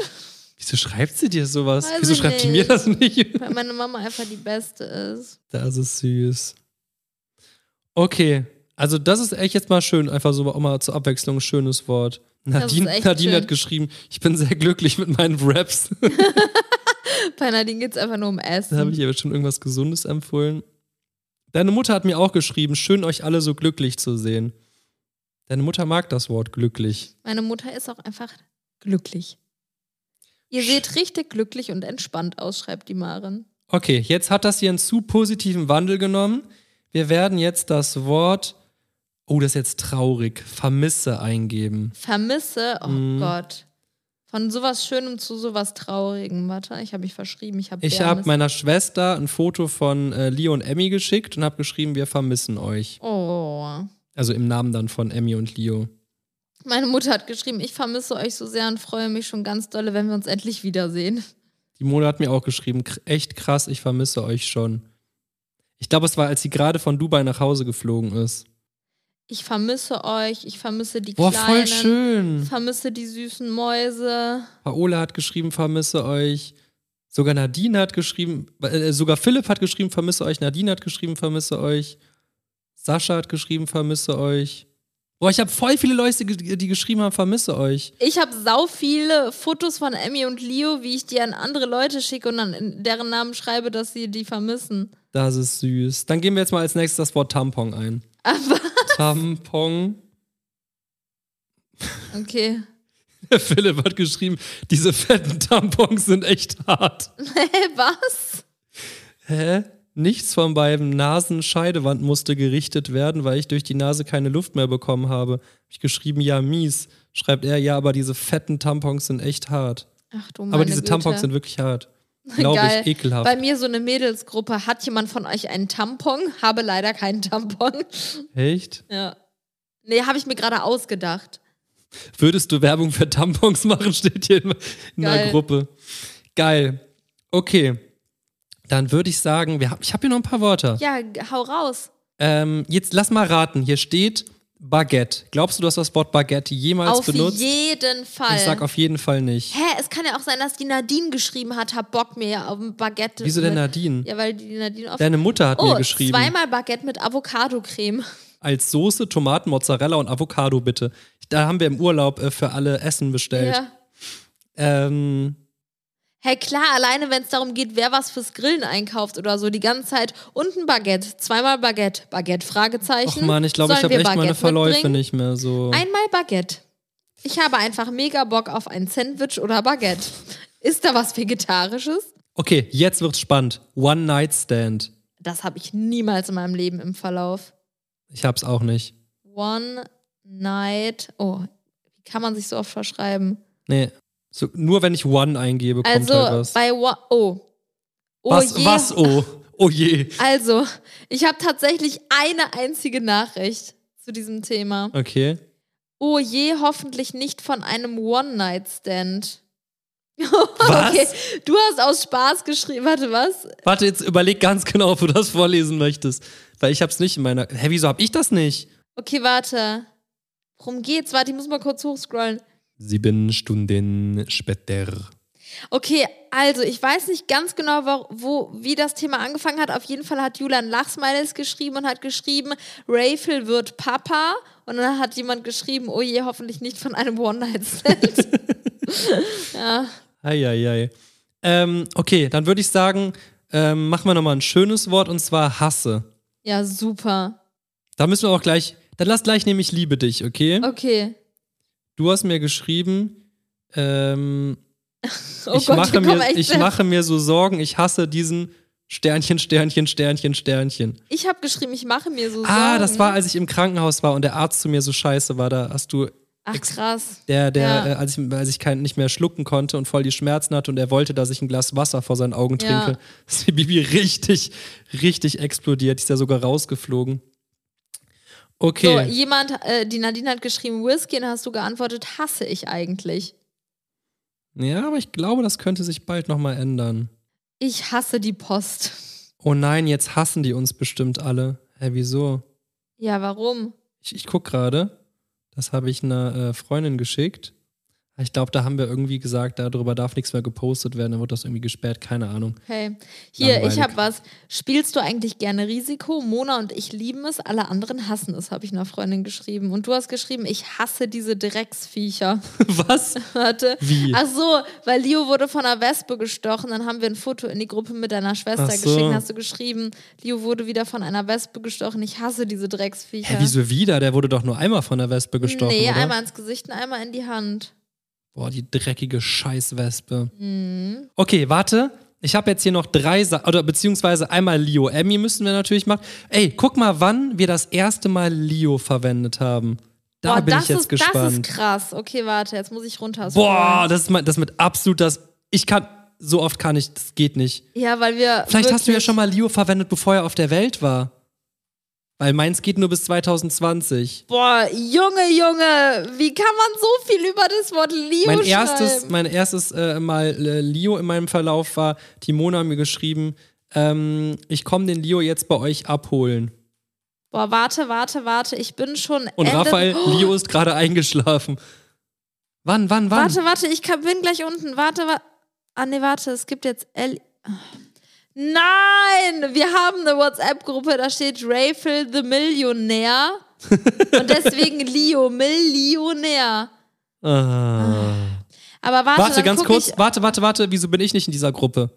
Speaker 2: Wieso schreibt sie dir sowas?
Speaker 1: Weiß
Speaker 2: Wieso
Speaker 1: ich
Speaker 2: schreibt die mir
Speaker 1: nicht.
Speaker 2: das nicht?
Speaker 1: weil meine Mama einfach die Beste ist.
Speaker 2: Das ist süß. Okay, also das ist echt jetzt mal schön, einfach so auch mal zur Abwechslung ein schönes Wort.
Speaker 1: Das ist
Speaker 2: Nadine,
Speaker 1: echt
Speaker 2: Nadine
Speaker 1: schön.
Speaker 2: hat geschrieben, ich bin sehr glücklich mit meinen Raps.
Speaker 1: Bei Nadine geht es einfach nur um
Speaker 2: Da habe
Speaker 1: Essen.
Speaker 2: ich ihr schon irgendwas Gesundes empfohlen. Deine Mutter hat mir auch geschrieben, schön euch alle so glücklich zu sehen. Deine Mutter mag das Wort glücklich.
Speaker 1: Meine Mutter ist auch einfach glücklich. Ihr
Speaker 2: Sch-
Speaker 1: seht richtig glücklich und entspannt aus, schreibt die Maren.
Speaker 2: Okay, jetzt hat das hier einen zu positiven Wandel genommen. Wir werden jetzt das Wort, oh, das ist jetzt traurig, vermisse eingeben.
Speaker 1: vermisse, oh
Speaker 2: Mhm.
Speaker 1: Gott. Von sowas Schönem zu sowas Traurigem. Warte, ich habe mich verschrieben. Ich habe
Speaker 2: Ich habe meiner Schwester ein Foto von äh, Leo und Emmy geschickt und habe geschrieben, wir vermissen euch.
Speaker 1: Oh.
Speaker 2: Also im Namen dann von Emmy und Leo.
Speaker 1: Meine Mutter hat geschrieben, ich vermisse euch so sehr und freue mich schon ganz dolle, wenn wir uns endlich wiedersehen.
Speaker 2: Die Mona hat mir auch geschrieben, "Kr- echt krass, ich vermisse euch schon. Ich glaube, es war, als sie gerade von Dubai nach Hause geflogen ist.
Speaker 1: Ich vermisse euch, ich vermisse die
Speaker 2: Boah,
Speaker 1: Kleinen,
Speaker 2: voll schön.
Speaker 1: vermisse die süßen Mäuse.
Speaker 2: Paola hat geschrieben, vermisse euch. Sogar Nadine hat geschrieben, äh, sogar Philipp hat geschrieben, vermisse euch. Nadine hat geschrieben, vermisse euch. Sascha hat geschrieben, vermisse euch. Boah, ich habe voll viele Leute, ge- die geschrieben haben, vermisse euch.
Speaker 1: Ich habe sau viele Fotos von Emmy und Leo, wie ich die an andere Leute schicke und dann in deren Namen schreibe, dass sie die vermissen.
Speaker 2: Das ist süß. Dann geben wir jetzt mal als nächstes das Wort Tampon ein.
Speaker 1: Aber
Speaker 2: Tampon.
Speaker 1: okay.
Speaker 2: Philipp hat geschrieben, diese fetten Tampons sind echt hart.
Speaker 1: Hä, was?
Speaker 2: Hä? Nichts von beiden Nasenscheidewand musste gerichtet werden, weil ich durch die Nase keine Luft mehr bekommen habe. Hab ich geschrieben, ja, mies. Schreibt er, ja, aber diese fetten Tampons sind echt hart.
Speaker 1: Ach du
Speaker 2: aber
Speaker 1: meine
Speaker 2: diese
Speaker 1: Güte.
Speaker 2: Tampons sind wirklich hart. Glaube
Speaker 1: Geil.
Speaker 2: ich, ekelhaft.
Speaker 1: Bei mir so eine Mädelsgruppe. Hat jemand von euch einen Tampon? Habe leider keinen Tampon.
Speaker 2: echt?
Speaker 1: Ja. Nee, habe ich mir gerade ausgedacht.
Speaker 2: Würdest du Werbung für Tampons machen, steht hier in, in der
Speaker 1: Geil.
Speaker 2: Gruppe. Geil. Okay. Dann würde ich sagen, wir hab, ich habe hier noch ein paar Wörter.
Speaker 1: Ja, g- hau raus.
Speaker 2: Ähm, jetzt lass mal raten. Hier steht Baguette. Glaubst du, du hast das Wort Baguette jemals
Speaker 1: auf
Speaker 2: benutzt?
Speaker 1: jeden Fall.
Speaker 2: Ich sag auf jeden Fall nicht.
Speaker 1: Hä, es kann ja auch sein, dass die Nadine geschrieben hat, hab Bock mir auf ein Baguette.
Speaker 2: Wieso denn
Speaker 1: mit-
Speaker 2: Nadine?
Speaker 1: Ja, weil die Nadine oft.
Speaker 2: Deine Mutter hat
Speaker 1: oh,
Speaker 2: mir geschrieben.
Speaker 1: zweimal Baguette mit Avocado-Creme.
Speaker 2: Als Soße, Tomaten, Mozzarella und Avocado bitte. Da haben wir im Urlaub äh, für alle Essen bestellt.
Speaker 1: Ja.
Speaker 2: Ähm,
Speaker 1: Hey, klar, alleine wenn es darum geht, wer was fürs Grillen einkauft oder so, die ganze Zeit. Und ein Baguette, zweimal Baguette. Baguette,
Speaker 2: Och
Speaker 1: Fragezeichen.
Speaker 2: man, ich glaube, ich
Speaker 1: Sollen
Speaker 2: habe
Speaker 1: wir
Speaker 2: echt meine
Speaker 1: Baguette
Speaker 2: Verläufe
Speaker 1: mitbringen?
Speaker 2: nicht mehr so.
Speaker 1: Einmal Baguette. Ich habe einfach mega Bock auf ein Sandwich oder Baguette. Ist da was Vegetarisches?
Speaker 2: Okay, jetzt wird's spannend. One Night Stand.
Speaker 1: Das habe ich niemals in meinem Leben im Verlauf.
Speaker 2: Ich hab's auch nicht.
Speaker 1: One Night. Oh, wie kann man sich so oft verschreiben?
Speaker 2: Nee. So, nur wenn ich One eingebe, kommt
Speaker 1: Also
Speaker 2: halt was.
Speaker 1: bei One. Oh. Oh
Speaker 2: was,
Speaker 1: je.
Speaker 2: was, oh. Oh je.
Speaker 1: Also, ich habe tatsächlich eine einzige Nachricht zu diesem Thema.
Speaker 2: Okay.
Speaker 1: Oh je, hoffentlich nicht von einem One-Night-Stand.
Speaker 2: Was?
Speaker 1: Okay, du hast aus Spaß geschrieben. Warte, was?
Speaker 2: Warte, jetzt überleg ganz genau, ob du das vorlesen möchtest. Weil ich hab's nicht in meiner. Hä, wieso hab ich das nicht?
Speaker 1: Okay, warte. Worum geht's? Warte, ich muss mal kurz hochscrollen.
Speaker 2: Sieben Stunden später.
Speaker 1: Okay, also ich weiß nicht ganz genau, wo, wo, wie das Thema angefangen hat. Auf jeden Fall hat Julian Lachsmiles geschrieben und hat geschrieben, Rafel wird Papa. Und dann hat jemand geschrieben, oh je, hoffentlich nicht von einem One-Night-Stand. ja.
Speaker 2: Eieiei. Ähm, okay, dann würde ich sagen, ähm, machen wir nochmal ein schönes Wort und zwar Hasse.
Speaker 1: ja, super.
Speaker 2: Da müssen wir auch gleich. Dann lass gleich nämlich Liebe dich, okay?
Speaker 1: Okay.
Speaker 2: Du hast mir geschrieben, ähm,
Speaker 1: Oh
Speaker 2: ich, mache
Speaker 1: wir kommen
Speaker 2: mir,
Speaker 1: echt-
Speaker 2: ich mache mir so Sorgen, ich hasse diesen Sternchen, Sternchen, Sternchen, Sternchen.
Speaker 1: Ich habe geschrieben, ich mache mir so
Speaker 2: Ah,
Speaker 1: Sorgen.
Speaker 2: das war, als ich im Krankenhaus war und der Arzt zu mir so scheiße war. Da hast du,
Speaker 1: Ach, krass.
Speaker 2: der, der,
Speaker 1: Ja.
Speaker 2: äh, als ich, als ich kein, nicht mehr schlucken konnte und voll die Schmerzen hatte und er wollte, dass ich ein Glas Wasser vor seinen Augen
Speaker 1: Ja.
Speaker 2: trinke, ist die Bibi richtig, richtig explodiert. Die ist ja sogar rausgeflogen.
Speaker 1: So,
Speaker 2: Okay.
Speaker 1: jemand, äh, die Nadine hat geschrieben, Whisky, und dann hast du geantwortet, hasse ich eigentlich.
Speaker 2: ja, aber ich glaube, das könnte sich bald nochmal ändern.
Speaker 1: Ich hasse die Post.
Speaker 2: Oh nein, jetzt hassen die uns bestimmt alle. Hä, wieso?
Speaker 1: Ja, warum?
Speaker 2: Ich, ich guck gerade. Das habe ich einer äh, Freundin geschickt. Ich glaube, da haben wir irgendwie gesagt, darüber darf nichts mehr gepostet werden, dann wird das irgendwie gesperrt, keine Ahnung.
Speaker 1: Okay. Hier,
Speaker 2: Langweilig.
Speaker 1: ich habe was. Spielst du eigentlich gerne Risiko? Mona und ich lieben es, alle anderen hassen es, habe ich einer Freundin geschrieben. Und du hast geschrieben, ich hasse diese Drecksviecher.
Speaker 2: Was?
Speaker 1: Warte.
Speaker 2: Wie?
Speaker 1: Ach so, weil Leo wurde von einer Wespe gestochen. Dann haben wir ein Foto in die Gruppe mit deiner Schwester
Speaker 2: Ach so.
Speaker 1: geschickt. Dann hast du geschrieben, Leo wurde wieder von einer Wespe gestochen. Ich hasse diese Drecksviecher.
Speaker 2: Hä, wieso wieder? Der wurde doch nur einmal von der Wespe gestochen,
Speaker 1: nee,
Speaker 2: oder?
Speaker 1: einmal ins Gesicht und einmal in die Hand.
Speaker 2: Boah, die dreckige Scheißwespe.
Speaker 1: Mhm.
Speaker 2: Okay, warte. Ich habe jetzt hier noch drei Sa oder beziehungsweise einmal Leo. Emmy müssen wir natürlich machen. Ey, guck mal, wann wir das erste Mal Leo verwendet haben. Da
Speaker 1: Boah,
Speaker 2: bin
Speaker 1: das
Speaker 2: ich jetzt
Speaker 1: ist,
Speaker 2: gespannt.
Speaker 1: Das ist krass. Okay, warte, jetzt muss ich runter.
Speaker 2: Boah, das ist mein, das ist mit absolut das. Ich kann, so oft kann ich, das geht nicht.
Speaker 1: Ja, weil wir.
Speaker 2: Vielleicht hast du ja
Speaker 1: wirklich-
Speaker 2: schon mal Leo verwendet, bevor er auf der Welt war. Weil meins geht nur bis 2020.
Speaker 1: Boah, Junge, Junge, wie kann man so viel über das Wort Leo
Speaker 2: Mein
Speaker 1: schreiben?
Speaker 2: erstes, mein erstes äh, Mal äh, Leo in meinem Verlauf war, Timona hat mir geschrieben, ähm, ich komme den Leo jetzt bei euch abholen.
Speaker 1: Boah, warte, warte, warte, ich bin schon.
Speaker 2: Und
Speaker 1: Ende-
Speaker 2: Raphael,
Speaker 1: Oh,
Speaker 2: Leo ist gerade eingeschlafen. Wann, wann, wann?
Speaker 1: Warte, warte, ich kann, bin gleich unten. Warte, warte. Ah, nee, warte, es gibt jetzt L. Nein! Wir haben eine WhatsApp-Gruppe, da steht Rafel the Millionär. Und deswegen Leo, Millionär.
Speaker 2: Ah.
Speaker 1: Aber warte,
Speaker 2: Warte,
Speaker 1: dann
Speaker 2: ganz
Speaker 1: guck
Speaker 2: kurz.
Speaker 1: Ich,
Speaker 2: Warte, warte, warte. Wieso bin ich nicht in dieser Gruppe?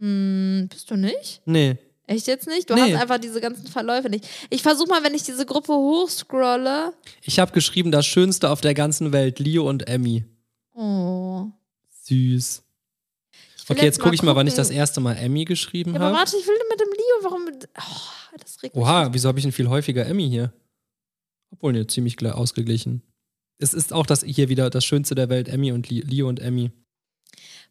Speaker 1: Hm, bist du nicht?
Speaker 2: Nee.
Speaker 1: Echt jetzt nicht? Du
Speaker 2: Nee.
Speaker 1: hast einfach diese ganzen Verläufe nicht. Ich versuche mal, wenn ich diese Gruppe hochscrolle.
Speaker 2: Ich habe geschrieben, das Schönste auf der ganzen Welt, Leo und Emmy.
Speaker 1: Oh.
Speaker 2: Süß.
Speaker 1: Ich will
Speaker 2: Okay, jetzt gucke ich mal, wann ich
Speaker 1: gucken.
Speaker 2: das erste Mal Emmy geschrieben
Speaker 1: Ja, aber
Speaker 2: habe.
Speaker 1: warte, ich will mit dem Leo, warum. mit- Oh, das regt mich.
Speaker 2: Oha, wieso habe ich denn viel häufiger Emmy hier? Obwohl, ne, ziemlich gleich ausgeglichen. Es ist auch das hier wieder das Schönste der Welt, Emmy und Li- Leo und Emmy.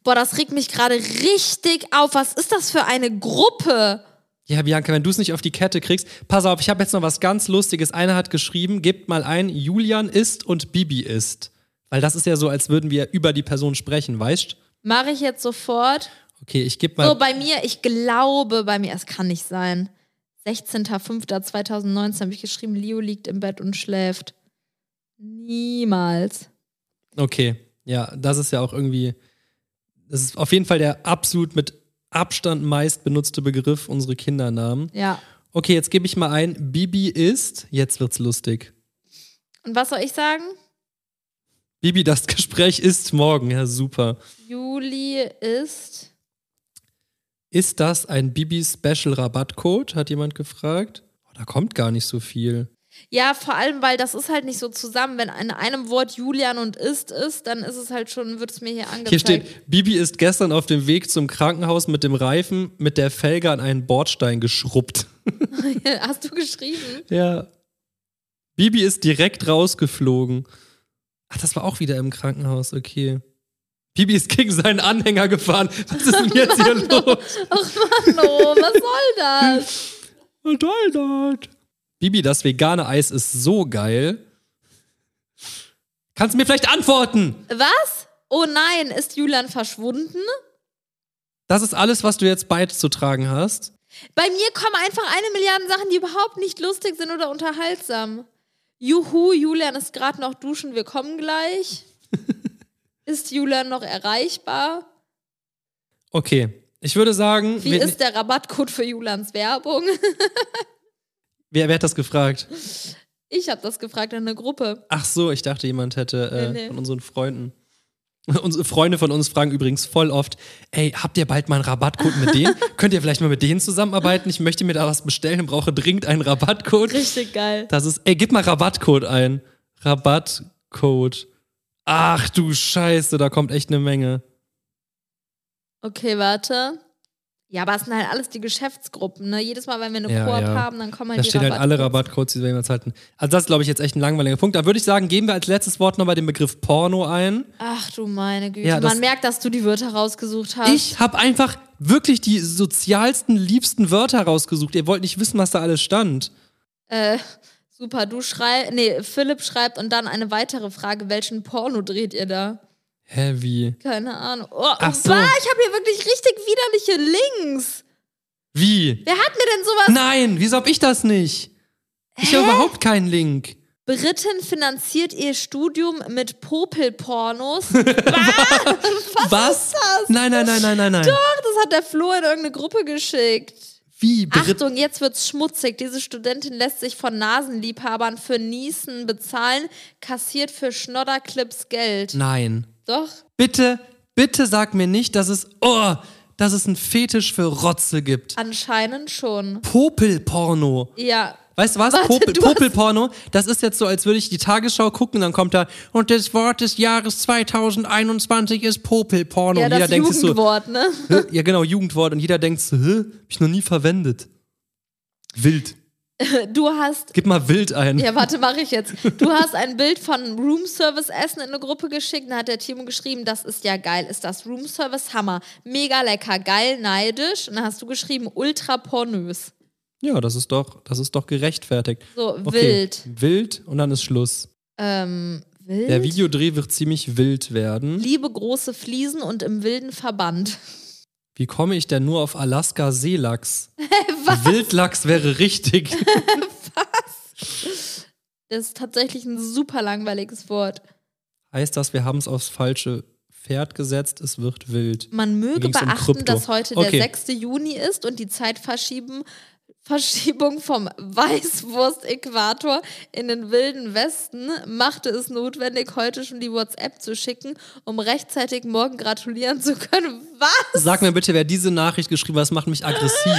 Speaker 1: Boah, das regt mich gerade richtig auf. Was ist das für eine Gruppe?
Speaker 2: Ja, Bianca, wenn du es nicht auf die Kette kriegst, pass auf, ich habe jetzt noch was ganz Lustiges. Einer hat geschrieben, gebt mal ein, Julian ist und Bibi ist. Weil das ist ja so, als würden wir über die Person sprechen, weißt?
Speaker 1: Mache ich jetzt sofort.
Speaker 2: Okay, ich gebe mal.
Speaker 1: So, bei mir, ich glaube, bei mir, es kann nicht sein. 16.05.2019 habe ich geschrieben, Leo liegt im Bett und schläft. Niemals.
Speaker 2: Okay, ja, das ist ja auch irgendwie, das ist auf jeden Fall der absolut mit Abstand meist benutzte Begriff, unsere Kindernamen.
Speaker 1: Ja.
Speaker 2: Okay, jetzt gebe ich mal ein, Bibi ist, jetzt wird's lustig.
Speaker 1: Und was soll ich sagen?
Speaker 2: Bibi, das Gespräch ist morgen, ja super.
Speaker 1: Juli ist.
Speaker 2: Ist das ein Bibi-Special-Rabattcode, hat jemand gefragt. Oh, da kommt gar nicht so viel.
Speaker 1: Ja, vor allem, weil das ist halt nicht so zusammen. Wenn in einem Wort Julian und ist ist, dann ist es halt schon, wird es mir hier angezeigt.
Speaker 2: Hier steht, Bibi ist gestern auf dem Weg zum Krankenhaus mit dem Reifen mit der Felge an einen Bordstein geschrubbt.
Speaker 1: Hast du geschrieben?
Speaker 2: Ja. Bibi ist direkt rausgeflogen. Ach, das war auch wieder im Krankenhaus, okay. Bibi ist gegen seinen Anhänger gefahren. Was ist denn jetzt hier los?
Speaker 1: Hallo, oh, was soll das?
Speaker 2: Was soll das? Bibi, das vegane Eis ist so geil. Kannst du mir vielleicht antworten?
Speaker 1: Was? Oh nein, ist Julian verschwunden?
Speaker 2: Das ist alles, was du jetzt beizutragen hast.
Speaker 1: Bei mir kommen einfach eine Milliarde Sachen, die überhaupt nicht lustig sind oder unterhaltsam. Juhu, Julian ist gerade noch duschen, wir kommen gleich. ist Julian noch erreichbar?
Speaker 2: Okay. Ich würde sagen,
Speaker 1: Wie
Speaker 2: wir,
Speaker 1: ist der Rabattcode für Julians Werbung?
Speaker 2: wer, wer hat das gefragt?
Speaker 1: Ich habe das gefragt in der Gruppe.
Speaker 2: Ach so, ich dachte, jemand hätte äh,
Speaker 1: Nee, nee.
Speaker 2: von unseren Freunden. Unsere Freunde von uns fragen übrigens voll oft: Ey, habt ihr bald mal einen Rabattcode mit denen? Könnt ihr vielleicht mal mit denen zusammenarbeiten? Ich möchte mir da was bestellen und brauche dringend einen Rabattcode.
Speaker 1: Richtig geil.
Speaker 2: Das ist, ey, gib mal Rabattcode ein. Rabattcode. Ach du Scheiße, da kommt echt eine Menge.
Speaker 1: Okay, warte. Ja, aber es sind halt alles die Geschäftsgruppen, ne? Jedes Mal, wenn wir eine
Speaker 2: Ja,
Speaker 1: Koop
Speaker 2: ja.
Speaker 1: haben, dann kommen halt
Speaker 2: Da
Speaker 1: die
Speaker 2: stehen halt alle
Speaker 1: Rabattcodes.
Speaker 2: Rabattcodes, die wir jemals halten. Also das ist, glaube ich, jetzt echt ein langweiliger Punkt. Da würde ich sagen, geben wir als letztes Wort nochmal den Begriff Porno ein.
Speaker 1: Ach du meine Güte.
Speaker 2: Ja, das-
Speaker 1: Man merkt, dass du die Wörter rausgesucht hast.
Speaker 2: Ich habe einfach wirklich die sozialsten, liebsten Wörter rausgesucht. Ihr wollt nicht wissen, was da alles stand.
Speaker 1: Äh, super, du schreibst. Nee, Philipp schreibt und dann eine weitere Frage: Welchen Porno dreht ihr da?
Speaker 2: Heavy.
Speaker 1: Keine Ahnung. Oh,
Speaker 2: Ach so.
Speaker 1: bah, ich habe hier wirklich richtig widerliche Links.
Speaker 2: Wie?
Speaker 1: Wer hat mir denn sowas?
Speaker 2: Nein, wieso hab ich das nicht? Ich habe überhaupt keinen Link.
Speaker 1: Briten finanziert ihr Studium mit Popelpornos.
Speaker 2: Was? Nein, nein, nein, nein, nein, nein.
Speaker 1: Ach, das hat der Flo in irgendeine Gruppe geschickt.
Speaker 2: Wie? Brit
Speaker 1: Achtung, jetzt wird's schmutzig. Diese Studentin lässt sich von Nasenliebhabern für Niesen bezahlen, kassiert für Schnodderclips Geld.
Speaker 2: nein.
Speaker 1: Doch.
Speaker 2: Bitte, bitte sag mir nicht, dass es, oh, dass es einen Fetisch für Rotze
Speaker 1: Ah.
Speaker 2: gibt.
Speaker 1: Anscheinend schon.
Speaker 2: Popelporno.
Speaker 1: Ja.
Speaker 2: Weißt du was?
Speaker 1: Warte,
Speaker 2: Popel,
Speaker 1: du hast-
Speaker 2: Popelporno, das ist jetzt so, als würde ich die Tagesschau gucken und dann kommt da, und das Wort des Jahres 2021 ist Popelporno.
Speaker 1: Ja,
Speaker 2: und jeder
Speaker 1: das
Speaker 2: denkt sich so,
Speaker 1: Jugendwort, ne?
Speaker 2: Hä? Ja, genau, Jugendwort. Und jeder denkt so, hä? Hab ich noch nie verwendet. Wild.
Speaker 1: Du hast.
Speaker 2: Gib mal wild ein.
Speaker 1: Ja, warte, mache ich jetzt. Du hast ein Bild von Roomservice-Essen in eine Gruppe geschickt. Da hat der Timo geschrieben, das ist ja geil. Ist das Roomservice? Hammer. Mega lecker. Geil, neidisch. Und dann hast du geschrieben, ultra pornös.
Speaker 2: Ja, das ist doch, das ist doch gerechtfertigt.
Speaker 1: So,
Speaker 2: Okay.
Speaker 1: wild.
Speaker 2: Wild und dann ist Schluss.
Speaker 1: Ähm, wild.
Speaker 2: Der Videodreh wird ziemlich wild werden.
Speaker 1: Liebe große Fliesen und im wilden Verband.
Speaker 2: Wie komme ich denn nur auf Alaska Seelachs? Wildlachs wäre richtig.
Speaker 1: Das ist tatsächlich ein super langweiliges Wort.
Speaker 2: heißt das, wir haben es aufs falsche Pferd gesetzt, es wird wild.
Speaker 1: Man möge
Speaker 2: ging's um
Speaker 1: beachten,
Speaker 2: Krypto.
Speaker 1: dass heute
Speaker 2: Okay.
Speaker 1: der 6. Juni ist und die Zeitverschieben Verschiebung vom Weißwurst-Äquator in den wilden Westen machte es notwendig, heute schon die WhatsApp zu schicken, um rechtzeitig morgen gratulieren zu können. Was?
Speaker 2: Sag mir bitte, wer diese Nachricht geschrieben hat, das macht mich aggressiv.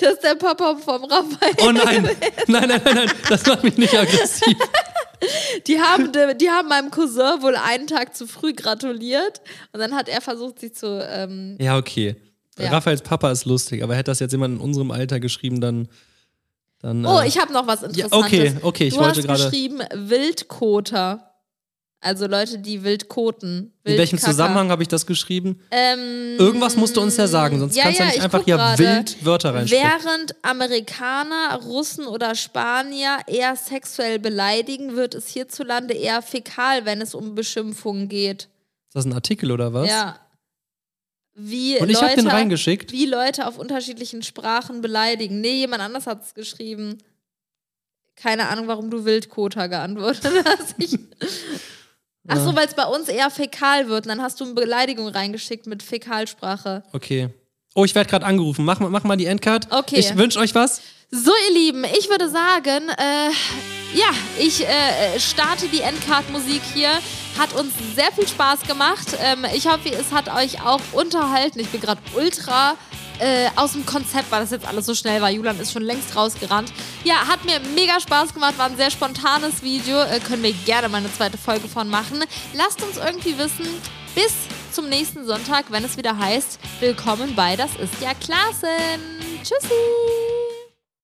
Speaker 1: Das ist der Papa vom Raphael.
Speaker 2: Oh nein, nein, nein, nein, nein, das macht mich nicht aggressiv.
Speaker 1: Die haben, de- die haben meinem Cousin wohl einen Tag zu früh gratuliert und dann hat er versucht, sich zu. Ähm,
Speaker 2: Ja, okay.
Speaker 1: Ja.
Speaker 2: Raphaels Papa ist lustig, aber hätte das jetzt jemand in unserem Alter geschrieben, dann. dann
Speaker 1: oh,
Speaker 2: äh,
Speaker 1: ich habe noch was Interessantes.
Speaker 2: okay, okay, ich
Speaker 1: du
Speaker 2: wollte
Speaker 1: hast
Speaker 2: gerade-
Speaker 1: geschrieben Wildkoter. Also Leute, die wild koten.
Speaker 2: in welchem
Speaker 1: Wildkacker.
Speaker 2: Zusammenhang habe ich das geschrieben?
Speaker 1: Ähm,
Speaker 2: Irgendwas musst du uns ja sagen, sonst
Speaker 1: ja,
Speaker 2: kannst du
Speaker 1: ja,
Speaker 2: ja nicht
Speaker 1: ich
Speaker 2: einfach
Speaker 1: guck
Speaker 2: hier
Speaker 1: gerade.
Speaker 2: wild Wörter reinschreiben.
Speaker 1: Während Amerikaner, Russen oder Spanier eher sexuell beleidigen, wird es hierzulande eher fäkal, wenn es um Beschimpfungen geht.
Speaker 2: Ist das ein Artikel oder was?
Speaker 1: Ja. Wie
Speaker 2: Und ich
Speaker 1: Leute,
Speaker 2: habe den reingeschickt.
Speaker 1: Wie Leute auf unterschiedlichen Sprachen beleidigen. Nee, jemand anders hat es geschrieben. Keine Ahnung, warum du Wildkoter geantwortet hast. Ich Ach so, weil es bei uns eher fäkal wird. Und dann hast du eine Beleidigung reingeschickt mit Fäkalsprache.
Speaker 2: Okay. Oh, ich werde gerade angerufen. Mach, mal- mach mal die Endcard.
Speaker 1: Okay.
Speaker 2: Ich wünsche euch was.
Speaker 1: So, ihr Lieben, ich würde sagen, äh, ja, ich äh, starte die Endcard-Musik hier. Hat uns sehr viel Spaß gemacht. Ähm, ich hoffe, es hat euch auch unterhalten. Ich bin gerade ultra äh, aus dem Konzept, weil das jetzt alles so schnell war. Julian ist schon längst rausgerannt. Ja, hat mir mega Spaß gemacht. War ein sehr spontanes Video. Äh, können wir gerne mal eine zweite Folge von machen. Lasst uns irgendwie wissen, bis zum nächsten Sonntag, wenn es wieder heißt, willkommen bei Das ist ja Klassen. Tschüssi.